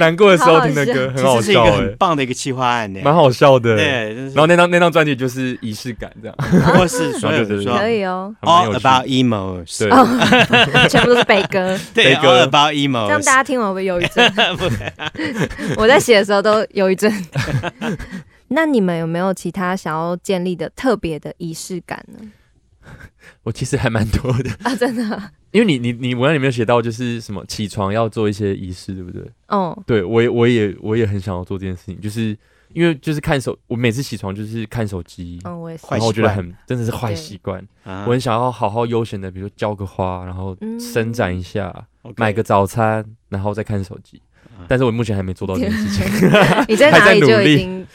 Speaker 3: 难过的时候听的歌，
Speaker 4: 真
Speaker 3: 很
Speaker 4: 的
Speaker 3: 好
Speaker 4: 这是一个
Speaker 3: 笑
Speaker 4: 很
Speaker 3: 哎，
Speaker 4: 棒的一个企划案呢。
Speaker 3: 蛮好笑的。哦
Speaker 4: 对，真是
Speaker 3: [laughs] 然后那张那张专辑就是仪式感这样，
Speaker 4: 或是所有
Speaker 3: 然后就
Speaker 4: 人
Speaker 3: 是
Speaker 4: 说
Speaker 2: 可以哦，
Speaker 3: 还蛮
Speaker 4: All
Speaker 3: 有趣
Speaker 4: about
Speaker 3: 的。
Speaker 4: emos，
Speaker 3: 对，
Speaker 2: [laughs] 全部都是悲歌，
Speaker 3: 飞
Speaker 4: 对
Speaker 3: 哥
Speaker 4: ，All about
Speaker 2: 这样大
Speaker 4: emos，
Speaker 2: 家听完会不会忧郁
Speaker 4: [laughs]
Speaker 2: 症？我在写的时候都忧郁症。那你们有没有其他想要建立的特别的仪式感
Speaker 4: [laughs]
Speaker 2: 呢？
Speaker 3: 我其实还蛮多的，
Speaker 2: 啊，真的，
Speaker 3: 因为你你你文案里面有写到就是什么起床要做一些仪式，对不对？
Speaker 2: 哦，
Speaker 3: 对我也我也我也很想要做这件事情，就是因为就是看手，我每次起床就是看手机，
Speaker 2: 嗯，我也是，
Speaker 4: 快
Speaker 3: 然后我觉得
Speaker 4: 坏习惯
Speaker 3: 很真的是坏
Speaker 2: 对
Speaker 3: 习惯，
Speaker 4: 啊
Speaker 3: 我很想要好好悠闲的，比如说浇个花，然后
Speaker 2: 嗯
Speaker 3: 伸展一下，
Speaker 4: OK
Speaker 3: 买个早餐，然后再看手机
Speaker 4: 啊。
Speaker 3: 但是我目前还没做到这件事情。
Speaker 2: [laughs] 你在哪里就已经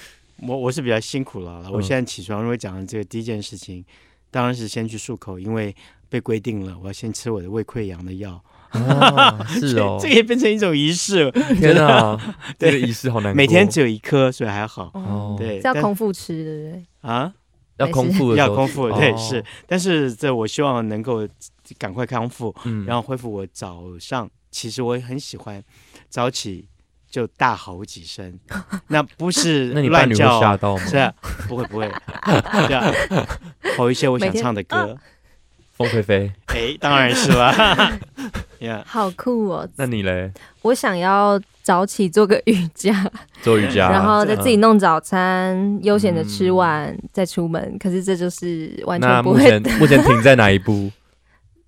Speaker 4: 我我是比较辛苦了啦，
Speaker 3: 嗯
Speaker 4: 我现在起床如果讲这个第一件事情，当然是先去漱口，因为被规定了，我要先吃我的胃溃疡的药。，
Speaker 3: 啊、是哦
Speaker 2: [laughs]
Speaker 3: [laughs]
Speaker 4: 这个也变成一种仪式，
Speaker 3: 天啊，这
Speaker 4: 对
Speaker 3: 个仪式好难过。
Speaker 4: 每天只有一颗，所以还好
Speaker 2: 哦，
Speaker 4: 对
Speaker 2: 是要
Speaker 4: 但
Speaker 2: 空腹吃，对不对？
Speaker 4: 啊，
Speaker 3: 要空腹的时
Speaker 4: 要
Speaker 3: 候
Speaker 4: 空腹，对
Speaker 3: 哦
Speaker 4: 是，但是这我希望能够赶快康复，
Speaker 3: 嗯，
Speaker 4: 然后恢复我早上，其实我很喜欢早起就大吼
Speaker 3: [laughs]
Speaker 4: 几声，那不是
Speaker 3: 那你伴
Speaker 4: 乱
Speaker 3: 侣会
Speaker 4: 叫
Speaker 3: 吓
Speaker 4: 哦，
Speaker 3: 到吗？
Speaker 4: 是啊不会不会，对啊，
Speaker 3: [laughs]
Speaker 4: 吼一些我
Speaker 2: 每
Speaker 4: 想
Speaker 2: 天啊
Speaker 4: 唱的歌。
Speaker 3: 凤飞飞，
Speaker 4: [laughs] 哎，当然是啦。yeah，
Speaker 2: 好酷哦！
Speaker 3: 那你嘞？
Speaker 2: 我想要早起做个瑜伽，
Speaker 3: 做瑜伽，
Speaker 2: 然后再
Speaker 3: 嗯
Speaker 2: 自己弄早餐，悠闲的吃完再出门。可是这就是完
Speaker 3: 那
Speaker 2: 全不
Speaker 3: 目
Speaker 2: 会
Speaker 3: 前 [laughs] 哦目前停在哪一步？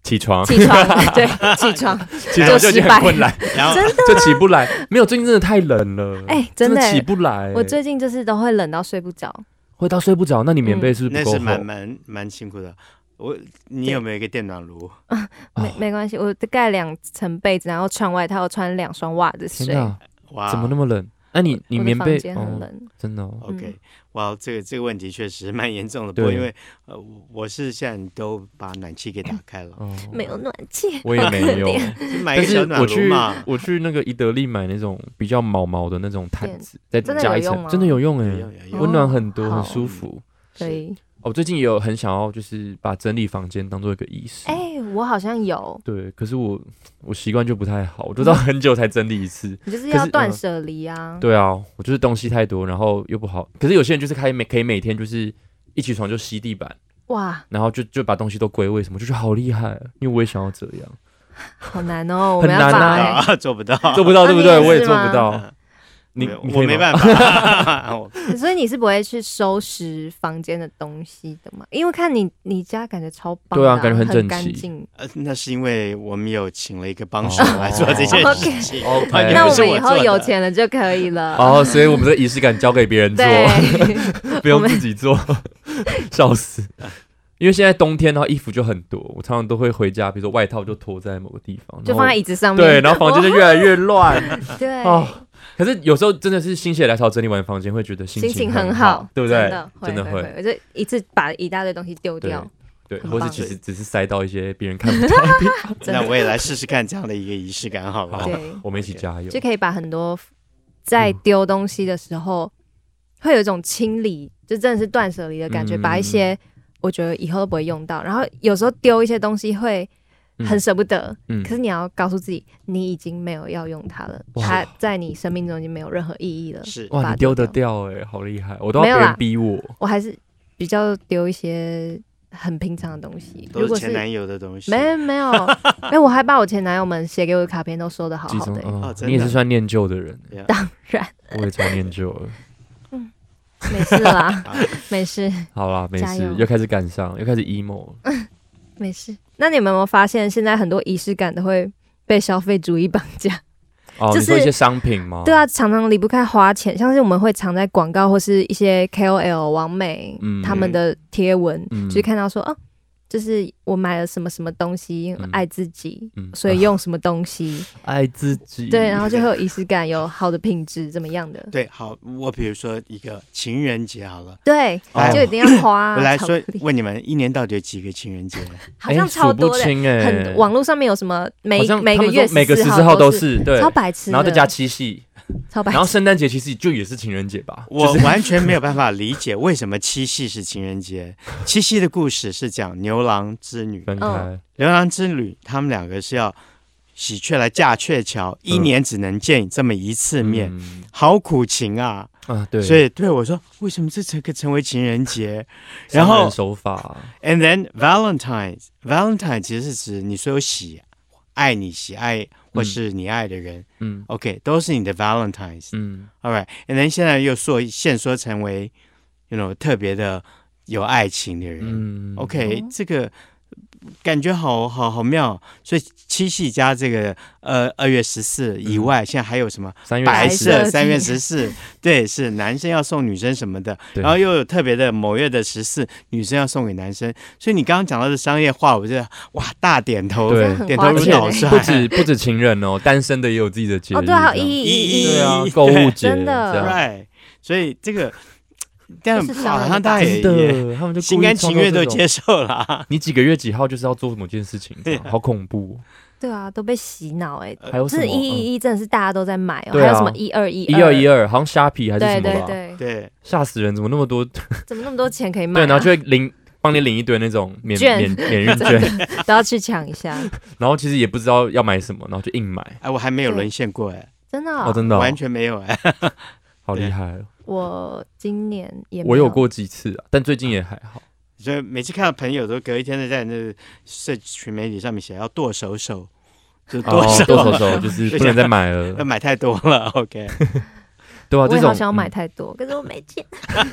Speaker 3: 起床，
Speaker 2: 起床，对， [laughs] 起
Speaker 3: [laughs]
Speaker 2: 床，
Speaker 3: 起
Speaker 4: 哎
Speaker 3: 床就已经
Speaker 2: 失败
Speaker 3: 很困难，
Speaker 4: 然后
Speaker 2: 真的，
Speaker 3: [laughs] 就起不来。没有，最近真的太冷了，
Speaker 2: 哎
Speaker 3: 真
Speaker 2: 真的
Speaker 3: 起不来。
Speaker 2: 我最近就是都会冷到睡不着。
Speaker 3: 会到睡不着，那你棉被
Speaker 2: 嗯
Speaker 3: 是不是
Speaker 4: 那
Speaker 3: 不够
Speaker 4: 是
Speaker 3: 厚？
Speaker 4: 蛮蛮蛮辛苦的。我，你有没有一个电暖炉？
Speaker 2: 没
Speaker 3: 哦
Speaker 2: 没关系，我盖两层被子，然后穿外套，穿两双袜子睡
Speaker 3: 天。哪，
Speaker 4: 哇，
Speaker 3: 怎么那么冷？那你你
Speaker 2: 啊我的
Speaker 3: 棉被
Speaker 2: 房间很
Speaker 3: 哦，
Speaker 2: 冷，
Speaker 3: 真的哦，
Speaker 2: 嗯
Speaker 4: OK，哇、这个这个问题确实蛮严重的。不过
Speaker 3: 对
Speaker 4: 因为呃，我我是现在都把暖气给打开了，
Speaker 3: 哦
Speaker 2: 没有暖气，
Speaker 3: 我也没有， [laughs]
Speaker 4: 就
Speaker 3: 嗯但
Speaker 4: 买一个
Speaker 3: 是
Speaker 4: 小暖
Speaker 3: 我
Speaker 4: 炉
Speaker 3: 去
Speaker 4: 嘛。
Speaker 3: 我去那个宜得利买那种比较毛毛的那种毯子，再
Speaker 2: 真的
Speaker 3: 加
Speaker 2: 有
Speaker 3: 一
Speaker 2: 用
Speaker 3: 层，
Speaker 2: 吗
Speaker 3: 真的有用
Speaker 4: 有
Speaker 3: 哎、
Speaker 4: 有有
Speaker 3: 温暖很多，
Speaker 2: 好
Speaker 3: 很舒服。
Speaker 2: 可以。
Speaker 3: 哦，最近也有很想要，就是把整理房间当做一个仪式。
Speaker 2: 哎、我好像有，
Speaker 3: 对，可是我我习惯就不太好，我都到很久才整理
Speaker 2: [laughs]
Speaker 3: 一次。
Speaker 2: 你就是
Speaker 3: 可
Speaker 2: 要
Speaker 3: 是
Speaker 2: 断
Speaker 3: 嗯
Speaker 2: 舍离啊。
Speaker 3: 对啊，我就是东西太多，然后又不好。可是有些人就是可以每可以每天就是一起床就吸地板，
Speaker 2: 哇，
Speaker 3: 然后就就把东西都归位什么，就是好厉害啊、因为我也想要这样，
Speaker 2: 好难哦，我
Speaker 3: 很
Speaker 2: 们要
Speaker 3: 难
Speaker 2: 把、
Speaker 3: 啊
Speaker 4: 啊，做不到，
Speaker 3: 做不到
Speaker 2: 啊
Speaker 3: 对不
Speaker 2: 你也
Speaker 3: 对？
Speaker 2: 是
Speaker 3: 我也做
Speaker 2: 吗
Speaker 3: 不到。你
Speaker 4: 我
Speaker 3: 你
Speaker 4: 我
Speaker 3: 可以
Speaker 4: 没
Speaker 3: 吗
Speaker 4: 办法， [laughs] 我
Speaker 2: 所以你是不会去收拾房间的东西的嘛？因为看你你家感觉超棒
Speaker 3: 对
Speaker 2: 的、
Speaker 3: 啊感觉
Speaker 2: 很
Speaker 3: 很整齐
Speaker 2: 干净。
Speaker 4: 呃，那是因为我们有请了一个帮手来做这
Speaker 2: 哦
Speaker 4: 件事情。完
Speaker 3: OK，
Speaker 4: 全
Speaker 2: 那
Speaker 4: 不
Speaker 2: 我
Speaker 4: 是
Speaker 2: 们
Speaker 4: 我
Speaker 2: 以
Speaker 4: 做
Speaker 2: 后
Speaker 4: 的
Speaker 2: 有钱了就可以了。
Speaker 3: [laughs] 哦，所以我们的仪式感交给别人做，
Speaker 2: 对，
Speaker 3: [laughs] 不用自己做，, [laughs] 笑死。因为现在冬天，然后衣服就很多，我常常都会回家，比如说外套就脱在某个地方，
Speaker 2: [laughs] 就
Speaker 3: 然后
Speaker 2: 放在椅子上面。
Speaker 3: 哦对，然后房间就越来越乱
Speaker 2: [laughs] 对，
Speaker 3: 哦。可是有时候真的是心血来潮整理完房间，会觉得心
Speaker 2: 心情
Speaker 3: 很
Speaker 2: 很好，
Speaker 3: 对不对
Speaker 2: 真的？会
Speaker 3: 真的
Speaker 2: 会，我就一次把一大堆东西丢
Speaker 3: 对
Speaker 2: 掉。
Speaker 3: 对，
Speaker 2: 很
Speaker 3: 或是
Speaker 2: 棒
Speaker 3: 其实只是塞到一些别人看不到的
Speaker 2: [laughs]
Speaker 3: 地方。
Speaker 2: 真
Speaker 4: 那
Speaker 2: 的
Speaker 4: 我也来试试看这样的一个仪式感好了。
Speaker 3: 好嗯
Speaker 2: 对，
Speaker 3: 我们一起加油
Speaker 2: 就。可以把很多在丢东西的时候，会有一种清理，就真的是断舍离的感觉，
Speaker 3: 嗯
Speaker 2: 把一些我觉得以后都不会用到，然后有时候丢一些东西会很舍不得，
Speaker 3: 嗯
Speaker 2: 可是你要告诉自己，你已经没有要用它了，
Speaker 3: 哇
Speaker 2: 它在你生命中已经没有任何意义了。
Speaker 4: 是
Speaker 3: 哇，
Speaker 2: 把
Speaker 3: 你
Speaker 2: 它丢
Speaker 3: 丢得
Speaker 2: 掉
Speaker 3: 掉哎，好厉害！我都要
Speaker 2: 没有
Speaker 3: 别人
Speaker 2: 啦
Speaker 3: 逼我。
Speaker 2: 我还是比较丢一些很平常的东西，如
Speaker 4: 都
Speaker 2: 果
Speaker 4: 是
Speaker 2: 是
Speaker 4: 前男友的东西，
Speaker 2: 没没有，
Speaker 4: [laughs]
Speaker 2: 哎、我还把我前男友们写给我的卡片都收的好
Speaker 3: 集
Speaker 2: 好
Speaker 3: 中
Speaker 2: 的、
Speaker 3: 哦
Speaker 4: 哦真
Speaker 3: 你也
Speaker 4: 的
Speaker 3: 是算念旧的人，
Speaker 2: 当然
Speaker 3: 我也超念旧了。
Speaker 2: 没事
Speaker 4: [laughs]
Speaker 2: 啦，没事。
Speaker 3: 好啦，没
Speaker 2: 加
Speaker 3: 事
Speaker 2: 油，嗯
Speaker 3: 又开始感伤，又开始 emo 了。
Speaker 2: 没事。那你们有没有发现，现在很多仪式感都会被消费主义绑架？
Speaker 3: 哦，
Speaker 2: 就
Speaker 3: 你说一
Speaker 2: 是
Speaker 3: 些商品吗？
Speaker 2: 对，啊，常常离不开花钱，像是我们会藏在广告或是一些 KOL 网美、
Speaker 3: 嗯
Speaker 2: 他们的贴文，
Speaker 3: 嗯
Speaker 2: 就是看到说哦，就是我买了什么什么东西，因为
Speaker 3: 嗯
Speaker 2: 爱自
Speaker 3: [laughs]
Speaker 2: 己，
Speaker 3: 嗯
Speaker 2: 所以用什么东西，
Speaker 3: [laughs] 爱自己。
Speaker 2: 对，然后就会有仪式感，有好的品质，怎么样
Speaker 3: [laughs]
Speaker 2: 的？
Speaker 4: 对，好，我比如说一个情人节好了，
Speaker 2: 对，
Speaker 3: 哎
Speaker 4: 哦
Speaker 2: 就一定要花、
Speaker 3: [laughs]
Speaker 4: 我来说
Speaker 2: 啊巧克力
Speaker 4: 问你们，一年到底有几个情人节？
Speaker 2: 好像
Speaker 3: 哎
Speaker 2: 超多
Speaker 3: 数不
Speaker 2: 的，
Speaker 3: 清哎，
Speaker 2: 很网络上面有什么每
Speaker 3: 好像
Speaker 2: 每
Speaker 3: 他
Speaker 2: 个
Speaker 3: 们
Speaker 2: 月
Speaker 3: 说每个
Speaker 2: 十
Speaker 3: 十
Speaker 2: 四
Speaker 3: 四号都
Speaker 2: 是
Speaker 3: 是对，
Speaker 2: 超白痴的，
Speaker 3: 然后再加七夕，
Speaker 2: 超白
Speaker 3: 然后
Speaker 2: 痴，
Speaker 3: 圣诞节其实就也是情人节吧。
Speaker 4: 我完全没有办法理解为什么七夕是情人节。七夕的故事是讲牛郎织女，
Speaker 3: 分
Speaker 2: 嗯
Speaker 3: 开，
Speaker 4: 牛郎织女他们两个是要喜鹊来嫁鹊桥，一年只能见这么一次面，
Speaker 3: 嗯
Speaker 4: 好苦情啊！
Speaker 3: 啊，对，
Speaker 4: 所以对我说，为什么这才可以成为情人节？然
Speaker 3: 商人
Speaker 4: 后
Speaker 3: 手法，
Speaker 4: And then Valentine's Valentine 其实是指你所有喜爱你喜爱或是你爱的人、
Speaker 3: 嗯
Speaker 4: o k 都是你的 Valentines、
Speaker 3: 嗯，
Speaker 4: All right, and then 现在又说现说成为，you know 特别的有爱情的人、
Speaker 3: 嗯
Speaker 4: o k
Speaker 2: 哦
Speaker 4: 这个感觉好好好妙。所以七夕加这个呃二月十四以外、现在还有什么
Speaker 3: 三月
Speaker 4: 白
Speaker 2: 白色
Speaker 4: 色
Speaker 2: 情
Speaker 4: 三月
Speaker 2: 人
Speaker 4: 十四，对，是男生要送女生什么的，
Speaker 3: 对
Speaker 4: 然后又有特别的某月的十四，女生要送给男生。所以你刚刚讲到的商业化，我觉得哇大点头，
Speaker 3: 对
Speaker 2: 真的很
Speaker 4: 点
Speaker 2: 花
Speaker 4: 头
Speaker 3: 而
Speaker 4: 如
Speaker 3: 且
Speaker 2: 钱
Speaker 4: 捣
Speaker 2: 欸。
Speaker 4: 蒜。
Speaker 3: 不止不止情人哦，单身的也有自己的节日，
Speaker 2: 哦，对啊，还
Speaker 3: 这
Speaker 2: 有一
Speaker 3: 样
Speaker 2: 一
Speaker 4: 一
Speaker 2: 一
Speaker 3: 对啊
Speaker 4: 对，
Speaker 3: 购物节
Speaker 2: 真的
Speaker 3: 这样
Speaker 4: right，所以这个，但
Speaker 2: 这是商
Speaker 4: 好
Speaker 2: 人
Speaker 4: 像大家也
Speaker 3: 真
Speaker 4: 也
Speaker 3: 的，他们就
Speaker 4: 心
Speaker 3: 故意
Speaker 4: 甘
Speaker 3: 创
Speaker 4: 情
Speaker 3: 造
Speaker 4: 愿
Speaker 3: 这
Speaker 4: 都
Speaker 3: 种
Speaker 4: 接受了
Speaker 3: [laughs]
Speaker 4: 啊。
Speaker 3: 你几个月几号就是要做某件事情，这样好恐怖哦
Speaker 2: 对啊，都被洗脑哎、
Speaker 4: 呃
Speaker 3: 哦。还有什
Speaker 2: 这
Speaker 3: 么
Speaker 2: 一一一真的是大家都在买哦，
Speaker 3: 对啊
Speaker 2: 还有什么一二一
Speaker 3: 一二一
Speaker 2: 二，
Speaker 3: 二，好像虾皮还是
Speaker 2: 对
Speaker 3: 什
Speaker 2: 对
Speaker 3: 么吧，
Speaker 2: 对，
Speaker 4: 对，
Speaker 3: 吓死人！怎么那么多？对，
Speaker 2: 怎么那么多钱可以买、啊？
Speaker 3: 然后就会领帮你领一堆那种
Speaker 2: [laughs]
Speaker 3: 免
Speaker 2: 券
Speaker 3: 免免运券，
Speaker 2: 都要去抢一
Speaker 3: [laughs]
Speaker 2: 下，
Speaker 3: 然后其实也不知道要买什么，然后就硬买。
Speaker 4: 哎，我还没有
Speaker 2: 对
Speaker 4: 沦陷过哎，
Speaker 2: 真的哦、
Speaker 3: 哦，真的哦
Speaker 4: 完全没有哎。
Speaker 3: 好厉害哦！
Speaker 2: 我今年也没
Speaker 3: 我有过几次啊，但最近也还好。
Speaker 4: 所以每次看到朋友都隔一天的在那社群媒体上面写要剁手手，就剁
Speaker 3: 哦
Speaker 4: 手
Speaker 3: 剁
Speaker 4: [laughs]
Speaker 3: 手手就是不能再买
Speaker 4: 要
Speaker 3: 了，
Speaker 4: 买太多了，OK？ [laughs]
Speaker 3: 对啊，
Speaker 2: 我
Speaker 3: 这
Speaker 2: 也
Speaker 3: 种
Speaker 2: 好想要买
Speaker 3: 嗯
Speaker 2: 太多，可是我没钱，
Speaker 3: [laughs]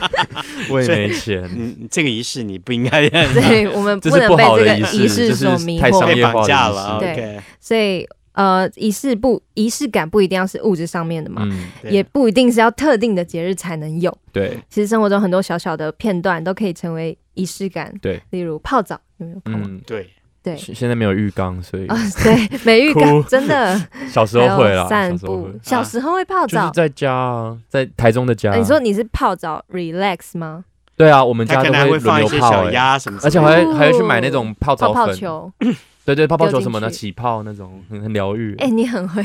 Speaker 3: 我也没钱，
Speaker 4: 嗯，这个仪式你不应该
Speaker 2: 所以我们
Speaker 3: 这
Speaker 2: 不
Speaker 3: 是
Speaker 2: 能
Speaker 3: 不
Speaker 2: 被
Speaker 3: 好
Speaker 2: 这
Speaker 3: 的
Speaker 2: 个
Speaker 3: 仪
Speaker 2: 仪式
Speaker 3: 这
Speaker 2: 所
Speaker 3: 是
Speaker 2: 迷
Speaker 3: 太商
Speaker 4: 被
Speaker 2: 惑，
Speaker 3: 业化
Speaker 4: 绑
Speaker 3: 的
Speaker 4: 架
Speaker 3: 仪
Speaker 4: 了
Speaker 3: 式
Speaker 2: 对
Speaker 4: ，OK？
Speaker 2: 所以呃，仪式不仪式感不一定要是物质上面的嘛，
Speaker 3: 嗯，
Speaker 4: 对啊
Speaker 2: 也不一定是要特定的节日才能有。
Speaker 3: 对，
Speaker 2: 其实生活中很多小小的片段都可以成为仪式感，
Speaker 3: 对，
Speaker 2: 例如泡澡，有没有泡吗？
Speaker 3: 嗯，
Speaker 4: 对，
Speaker 2: 对 [laughs]
Speaker 3: 现现在没有浴缸，所以
Speaker 2: 啊、对，没浴缸
Speaker 3: 哭
Speaker 2: 真的，
Speaker 3: [laughs] 小时
Speaker 2: 还
Speaker 3: 候会
Speaker 2: 有
Speaker 3: 啦，
Speaker 2: 散
Speaker 3: 小时候
Speaker 2: 步
Speaker 3: 会，，啊
Speaker 2: 小时候会泡
Speaker 3: 就是
Speaker 2: 澡。
Speaker 3: 在家啊，在台中的家。
Speaker 2: 呃你说你是泡澡 relax 吗？
Speaker 3: 对啊，我们
Speaker 4: 他
Speaker 3: 家
Speaker 4: 可
Speaker 3: 都
Speaker 4: 能还会
Speaker 3: 轮
Speaker 4: 放一
Speaker 3: 流
Speaker 4: 些
Speaker 3: 泡
Speaker 4: 小
Speaker 3: 欸，
Speaker 4: 鸭什么之
Speaker 3: 而
Speaker 4: 类
Speaker 3: 且还
Speaker 4: 的，
Speaker 2: 哦
Speaker 3: 会还会去买那种泡
Speaker 2: 泡
Speaker 3: 澡
Speaker 2: 泡
Speaker 3: 粉，
Speaker 2: 球，
Speaker 3: 对对，泡泡
Speaker 2: 丢
Speaker 3: 球
Speaker 2: 进
Speaker 3: 什么的
Speaker 2: 去
Speaker 3: 起泡那种，很很疗愈。
Speaker 2: 哎、你很会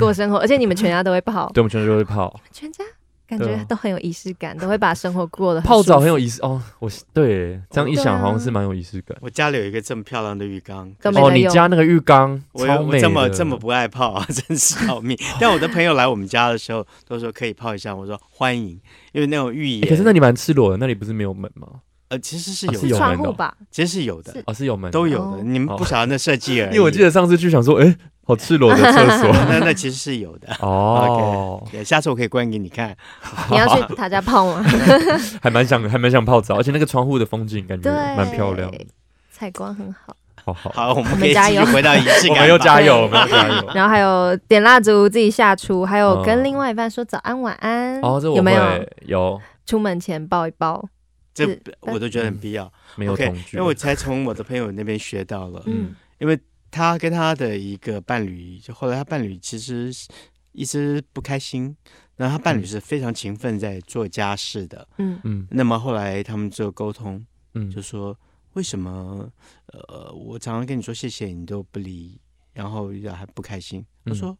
Speaker 2: 过生活，而且你们全家都会泡，
Speaker 3: [laughs] 对，我们全家都会泡
Speaker 2: 全家感
Speaker 3: 对
Speaker 2: 觉
Speaker 3: 啊
Speaker 2: 都很有仪式感，都会把生活过得
Speaker 3: 泡
Speaker 2: 舒
Speaker 3: 澡，很
Speaker 2: 服
Speaker 3: 有仪式哦。我对欸这样一
Speaker 2: 对
Speaker 3: 想，好
Speaker 2: 啊
Speaker 3: 像是蛮有仪式感。
Speaker 4: 我家里有一个这么漂亮的浴缸，
Speaker 2: 都没
Speaker 3: 哦，
Speaker 2: 得
Speaker 3: 你
Speaker 2: 用
Speaker 3: 家那个浴缸
Speaker 4: 我
Speaker 3: 超
Speaker 4: 有我
Speaker 3: 美
Speaker 4: 这么
Speaker 3: 的
Speaker 4: 这么不爱泡啊， [laughs] 真是要命。但我的朋友来我们家的时候都说可以泡一下，我说欢迎，因为那种浴
Speaker 3: 欸
Speaker 4: 野，
Speaker 3: 可是那里蛮赤裸的，那里不是没有门吗？
Speaker 4: 呃其实是
Speaker 3: 啊
Speaker 4: 有
Speaker 3: 是
Speaker 2: 是
Speaker 3: 有
Speaker 4: 的，
Speaker 2: 窗
Speaker 3: 门的
Speaker 2: 户
Speaker 3: 哦 [laughs]
Speaker 2: 吧？
Speaker 4: 其实是有的，
Speaker 3: 哦，是有门的，
Speaker 4: 都有
Speaker 2: 哦
Speaker 4: 的，你们不晓得那设
Speaker 3: [laughs]
Speaker 4: 计而已。
Speaker 3: 因为我记得上次去想说，哎，好赤裸的厕
Speaker 2: [laughs]
Speaker 3: 所
Speaker 4: [laughs] 那那其实是有的，
Speaker 3: 哦，
Speaker 4: 对下次我可以关给你看。
Speaker 2: 你要去他家泡
Speaker 3: [laughs]
Speaker 2: 吗？
Speaker 3: 还蛮想还蛮想泡澡，而且那个窗户的风景感觉
Speaker 2: 对，
Speaker 3: 蛮漂亮的，，
Speaker 2: 采光很好。
Speaker 3: 好好。
Speaker 4: 好，我们
Speaker 2: 们
Speaker 4: 可以
Speaker 2: 加
Speaker 4: 继续
Speaker 2: 油
Speaker 4: 回到仪式
Speaker 3: [laughs] 我
Speaker 4: 感吧。
Speaker 3: 们又加油，
Speaker 2: 对
Speaker 4: [laughs]
Speaker 3: 我们又加油。
Speaker 2: 然后还有点蜡烛自己下厨，还有
Speaker 3: 哦
Speaker 2: 跟另外一半说早安晚安，
Speaker 3: 哦，这我
Speaker 2: 有没有
Speaker 3: 会有
Speaker 2: 出门前抱一抱？
Speaker 4: 这
Speaker 2: 是
Speaker 4: 我都觉得
Speaker 3: 嗯
Speaker 4: 很必要。
Speaker 3: 没有
Speaker 4: OK，
Speaker 3: 同居？
Speaker 4: 因为我才从我的朋友那边学到了，
Speaker 2: 嗯
Speaker 3: 嗯，
Speaker 4: 他跟他的一个伴侣，就后来他伴侣其实是一直不开心，然后他伴侣是非常勤奋在做家事的。
Speaker 2: 嗯，
Speaker 3: 嗯
Speaker 4: 那么后来他们就沟通，
Speaker 3: 嗯
Speaker 4: 就说为什么呃我常常跟你说谢谢你都不理，然后还不开心。他
Speaker 3: 嗯
Speaker 4: 说、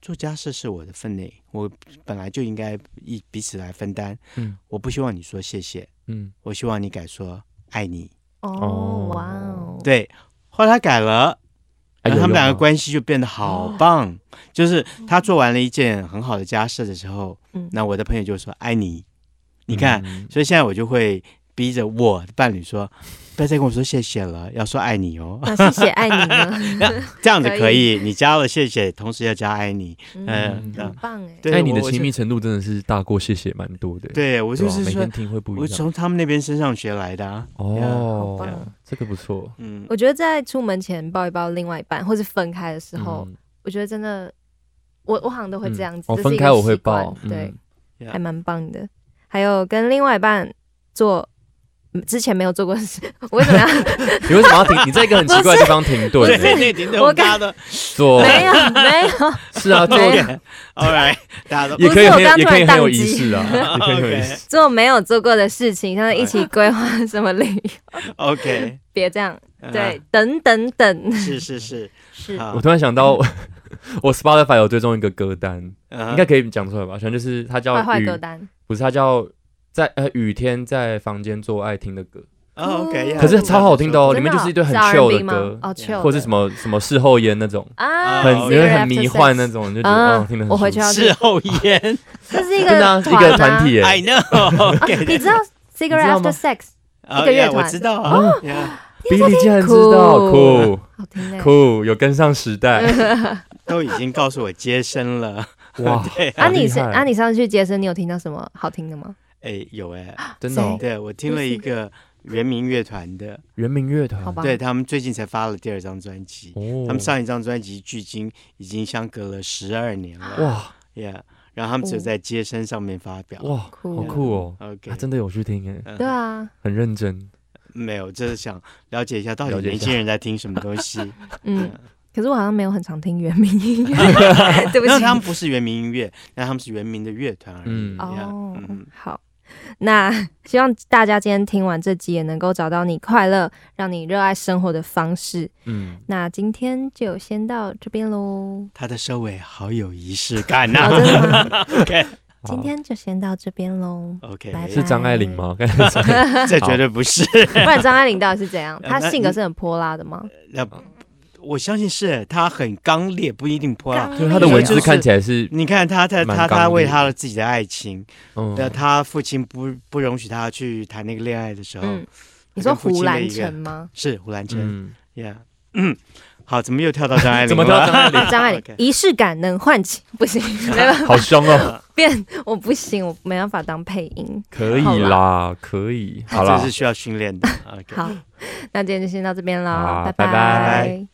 Speaker 4: 做家事是我的分内，我本来就应该一彼此来分担。
Speaker 3: 嗯
Speaker 4: 我不希望你说谢谢，
Speaker 3: 嗯，
Speaker 4: 我希望你改说爱你。
Speaker 2: 哦
Speaker 3: 哦，
Speaker 2: 哇哦， [laughs]
Speaker 4: 对，后来他改了。
Speaker 3: 哎
Speaker 4: 然后他们两个，
Speaker 3: 有用吗哦
Speaker 4: 关系就变得好棒，就是他做完了一件很好的家事的时候，
Speaker 2: 嗯
Speaker 4: 那我的朋友就说爱你，你看，
Speaker 3: 嗯
Speaker 4: 所以现在我就会逼着我的伴侣说，不要再跟我说谢谢了，要说爱你哦， [laughs]
Speaker 2: 那谢谢爱你
Speaker 3: [laughs]
Speaker 2: 呢，
Speaker 4: 这样子可
Speaker 2: 可
Speaker 4: 以，你加了谢谢，同时要加爱你，
Speaker 2: 嗯，
Speaker 4: 嗯，
Speaker 2: 很棒哎，
Speaker 4: 对，
Speaker 3: 哎，你的
Speaker 4: 我
Speaker 3: 亲密，程度真的是大过谢谢蛮多的，
Speaker 4: 我，对我
Speaker 3: 我
Speaker 4: 就是
Speaker 3: 每
Speaker 4: 说
Speaker 3: 天，听会不
Speaker 4: 我
Speaker 3: 一样。
Speaker 4: 从他们那边身上学来的啊，
Speaker 2: 好
Speaker 3: 哦
Speaker 2: 棒，
Speaker 3: 这个不错。
Speaker 4: 嗯，
Speaker 2: 我觉得在出门前抱一抱另外一半，或是分开的时候，
Speaker 3: 嗯
Speaker 2: 我觉得真的，我我好像都会这样子
Speaker 3: 嗯。
Speaker 2: 这
Speaker 3: 哦
Speaker 2: 是一
Speaker 3: 分
Speaker 2: 个
Speaker 3: 开我会
Speaker 2: 习惯
Speaker 3: 抱
Speaker 2: 对，
Speaker 4: 嗯
Speaker 2: 还蛮棒的。还有跟另外一半做嗯之前没有做过的事，我为什么
Speaker 3: [laughs]
Speaker 2: 要
Speaker 3: [laughs] 你为什么要停？你在一个很奇怪的地方停
Speaker 2: [laughs]
Speaker 4: 对，
Speaker 3: 顿呢，
Speaker 4: 那点对
Speaker 2: 我
Speaker 4: 我们
Speaker 2: 感
Speaker 4: 大家
Speaker 3: [laughs]
Speaker 4: 都
Speaker 3: 做
Speaker 2: 没有没有，
Speaker 3: 是啊，做
Speaker 2: 没有
Speaker 4: ，all right，大家 [laughs]
Speaker 3: [laughs]
Speaker 4: 都
Speaker 3: 也可以
Speaker 2: 不
Speaker 3: 很
Speaker 2: 是
Speaker 3: 有
Speaker 2: 我刚
Speaker 3: 也
Speaker 2: 突
Speaker 3: 可
Speaker 2: 然
Speaker 3: 以很
Speaker 2: 宕
Speaker 3: 有仪
Speaker 2: 机
Speaker 3: 式啊，也可以很有
Speaker 4: OK
Speaker 3: 仪式。
Speaker 2: 做没有做过的事情，像是一起规划什么领域，
Speaker 4: OK，
Speaker 2: 别这
Speaker 3: [laughs]
Speaker 2: 样，
Speaker 4: 嗯
Speaker 3: 啊
Speaker 2: 对，，等等等，
Speaker 4: 是是是，
Speaker 2: 是
Speaker 4: 好
Speaker 3: 我突然想到， [laughs] 我 Spotify 有追踪一个歌单，
Speaker 4: 应
Speaker 3: 应该可以讲出来吧？反正就是它叫
Speaker 2: 坏坏
Speaker 3: 雨
Speaker 2: 歌单，
Speaker 3: 不是，它叫在呃雨天在房间做爱听的歌，
Speaker 4: 哦，OK，
Speaker 2: 嗯
Speaker 3: 可是超好听的哦，里
Speaker 2: 真
Speaker 3: 面
Speaker 2: 的啊
Speaker 3: 就是一堆很
Speaker 2: 是
Speaker 3: chill 的
Speaker 2: R&B 吗
Speaker 3: 歌，啊
Speaker 2: 哦，chill，
Speaker 3: 或是什
Speaker 2: 么
Speaker 3: 么什么事后烟那种，
Speaker 2: 啊，
Speaker 3: 很
Speaker 4: 哦
Speaker 3: 因为
Speaker 2: Cigarette
Speaker 3: 很迷幻
Speaker 2: After
Speaker 3: 那
Speaker 2: Sex
Speaker 3: 种，你就觉得
Speaker 2: 啊
Speaker 3: 哦听得很
Speaker 2: 我回去
Speaker 3: 舒服
Speaker 2: 要
Speaker 4: 事后烟
Speaker 2: 这是一
Speaker 3: 真
Speaker 2: 个
Speaker 3: 的啊一个团体耶，
Speaker 4: ，I know，
Speaker 3: [laughs]
Speaker 2: 啊， [laughs] 你知道 Cigarette
Speaker 3: 道
Speaker 2: After
Speaker 3: 吗
Speaker 2: Sex
Speaker 4: 啊
Speaker 2: 一个乐团
Speaker 4: 我知道啊，yeah，
Speaker 3: 比利竟然知
Speaker 2: 酷
Speaker 3: 道，酷
Speaker 2: 好听哎，
Speaker 3: 酷，有跟上时
Speaker 2: [laughs]
Speaker 3: 代，
Speaker 4: 都已经告诉我接生了。 [laughs]
Speaker 3: 哇，
Speaker 2: 啊，
Speaker 3: 好厉
Speaker 2: 你是
Speaker 3: 害
Speaker 2: 啊，你上次去杰森，你有听到什么好听的吗？
Speaker 4: 哎，有哎，
Speaker 3: 真的哦
Speaker 4: 对我听了一个原名乐团的，
Speaker 3: 原名乐团
Speaker 2: 好吧，
Speaker 4: 对他们最近才发了第二张专辑，
Speaker 3: 哦，
Speaker 4: 他们上一张专辑距今已经相隔了十二年了
Speaker 3: 哇
Speaker 4: ，Yeah，然后他们只有在接生上面发表
Speaker 3: 哇，
Speaker 2: 酷
Speaker 3: 好酷哦，
Speaker 4: ，OK，
Speaker 3: 啊真的有去听哎，
Speaker 4: 嗯
Speaker 2: 对啊，
Speaker 3: 很认真，
Speaker 4: 没有，就是想了解一下到底
Speaker 3: 了解一
Speaker 4: 年
Speaker 3: 下
Speaker 4: 轻人在听什么东西。
Speaker 2: 嗯，可是我好像没有很常听原
Speaker 4: [laughs]
Speaker 2: 名音乐，对不
Speaker 4: 那
Speaker 2: 起，
Speaker 4: 他们不是原名
Speaker 2: [laughs]
Speaker 4: 音乐，那他们是原名的乐团而已
Speaker 3: 嗯。
Speaker 4: Yeah，
Speaker 2: 哦
Speaker 4: 嗯，
Speaker 2: 好，那希望大家今天听完这集也能够找到你快乐、让你热爱生活的方式。
Speaker 3: 嗯，
Speaker 2: 那今天就先到这边
Speaker 3: [laughs]
Speaker 2: 喽。
Speaker 4: 他的收尾好有仪式感啊
Speaker 2: [laughs] 哦，
Speaker 4: 呐。
Speaker 2: 真的吗？
Speaker 4: OK
Speaker 3: 好
Speaker 2: 今天就先到这边喽。
Speaker 4: [laughs] OK，
Speaker 2: 拜拜
Speaker 3: 是张爱玲吗？刚才说
Speaker 4: 这绝对不是。
Speaker 2: 不然张爱玲到底是怎
Speaker 4: [laughs]
Speaker 2: 样？她
Speaker 4: 那
Speaker 2: 性格是很泼辣的吗？
Speaker 4: 那我相信是他很刚烈，不一定泼辣。
Speaker 3: 就是她的文字
Speaker 4: 就是
Speaker 3: 看起来是，
Speaker 4: 你看他，他
Speaker 3: 蛮
Speaker 4: 他
Speaker 3: 刚
Speaker 4: 他为
Speaker 3: 烈
Speaker 4: 他的自己的爱情，
Speaker 3: 嗯，
Speaker 4: 那他父亲不不容许他去谈那个恋爱的时候，
Speaker 2: 嗯，你说胡兰成
Speaker 4: 跟
Speaker 2: 吗？
Speaker 4: 是胡兰成
Speaker 3: 嗯，
Speaker 4: ，Yeah，嗯好，怎么又跳到张爱
Speaker 3: [laughs] 怎
Speaker 4: 玲了？
Speaker 3: 么跳张爱玲？
Speaker 2: 张爱玲
Speaker 4: OK
Speaker 2: 仪式感能唤起，不行，没 [laughs]
Speaker 4: [laughs]
Speaker 2: 办法
Speaker 3: [laughs] 好凶哦！
Speaker 2: 变，我不行，我没办法当配音。
Speaker 3: 可以啦，可
Speaker 4: [laughs]
Speaker 3: 以，好啦
Speaker 2: [laughs]
Speaker 4: 这，是需要训练的。OK。
Speaker 2: 好，那今天就先到这边
Speaker 3: 好
Speaker 2: 啦，
Speaker 3: 拜拜
Speaker 4: 拜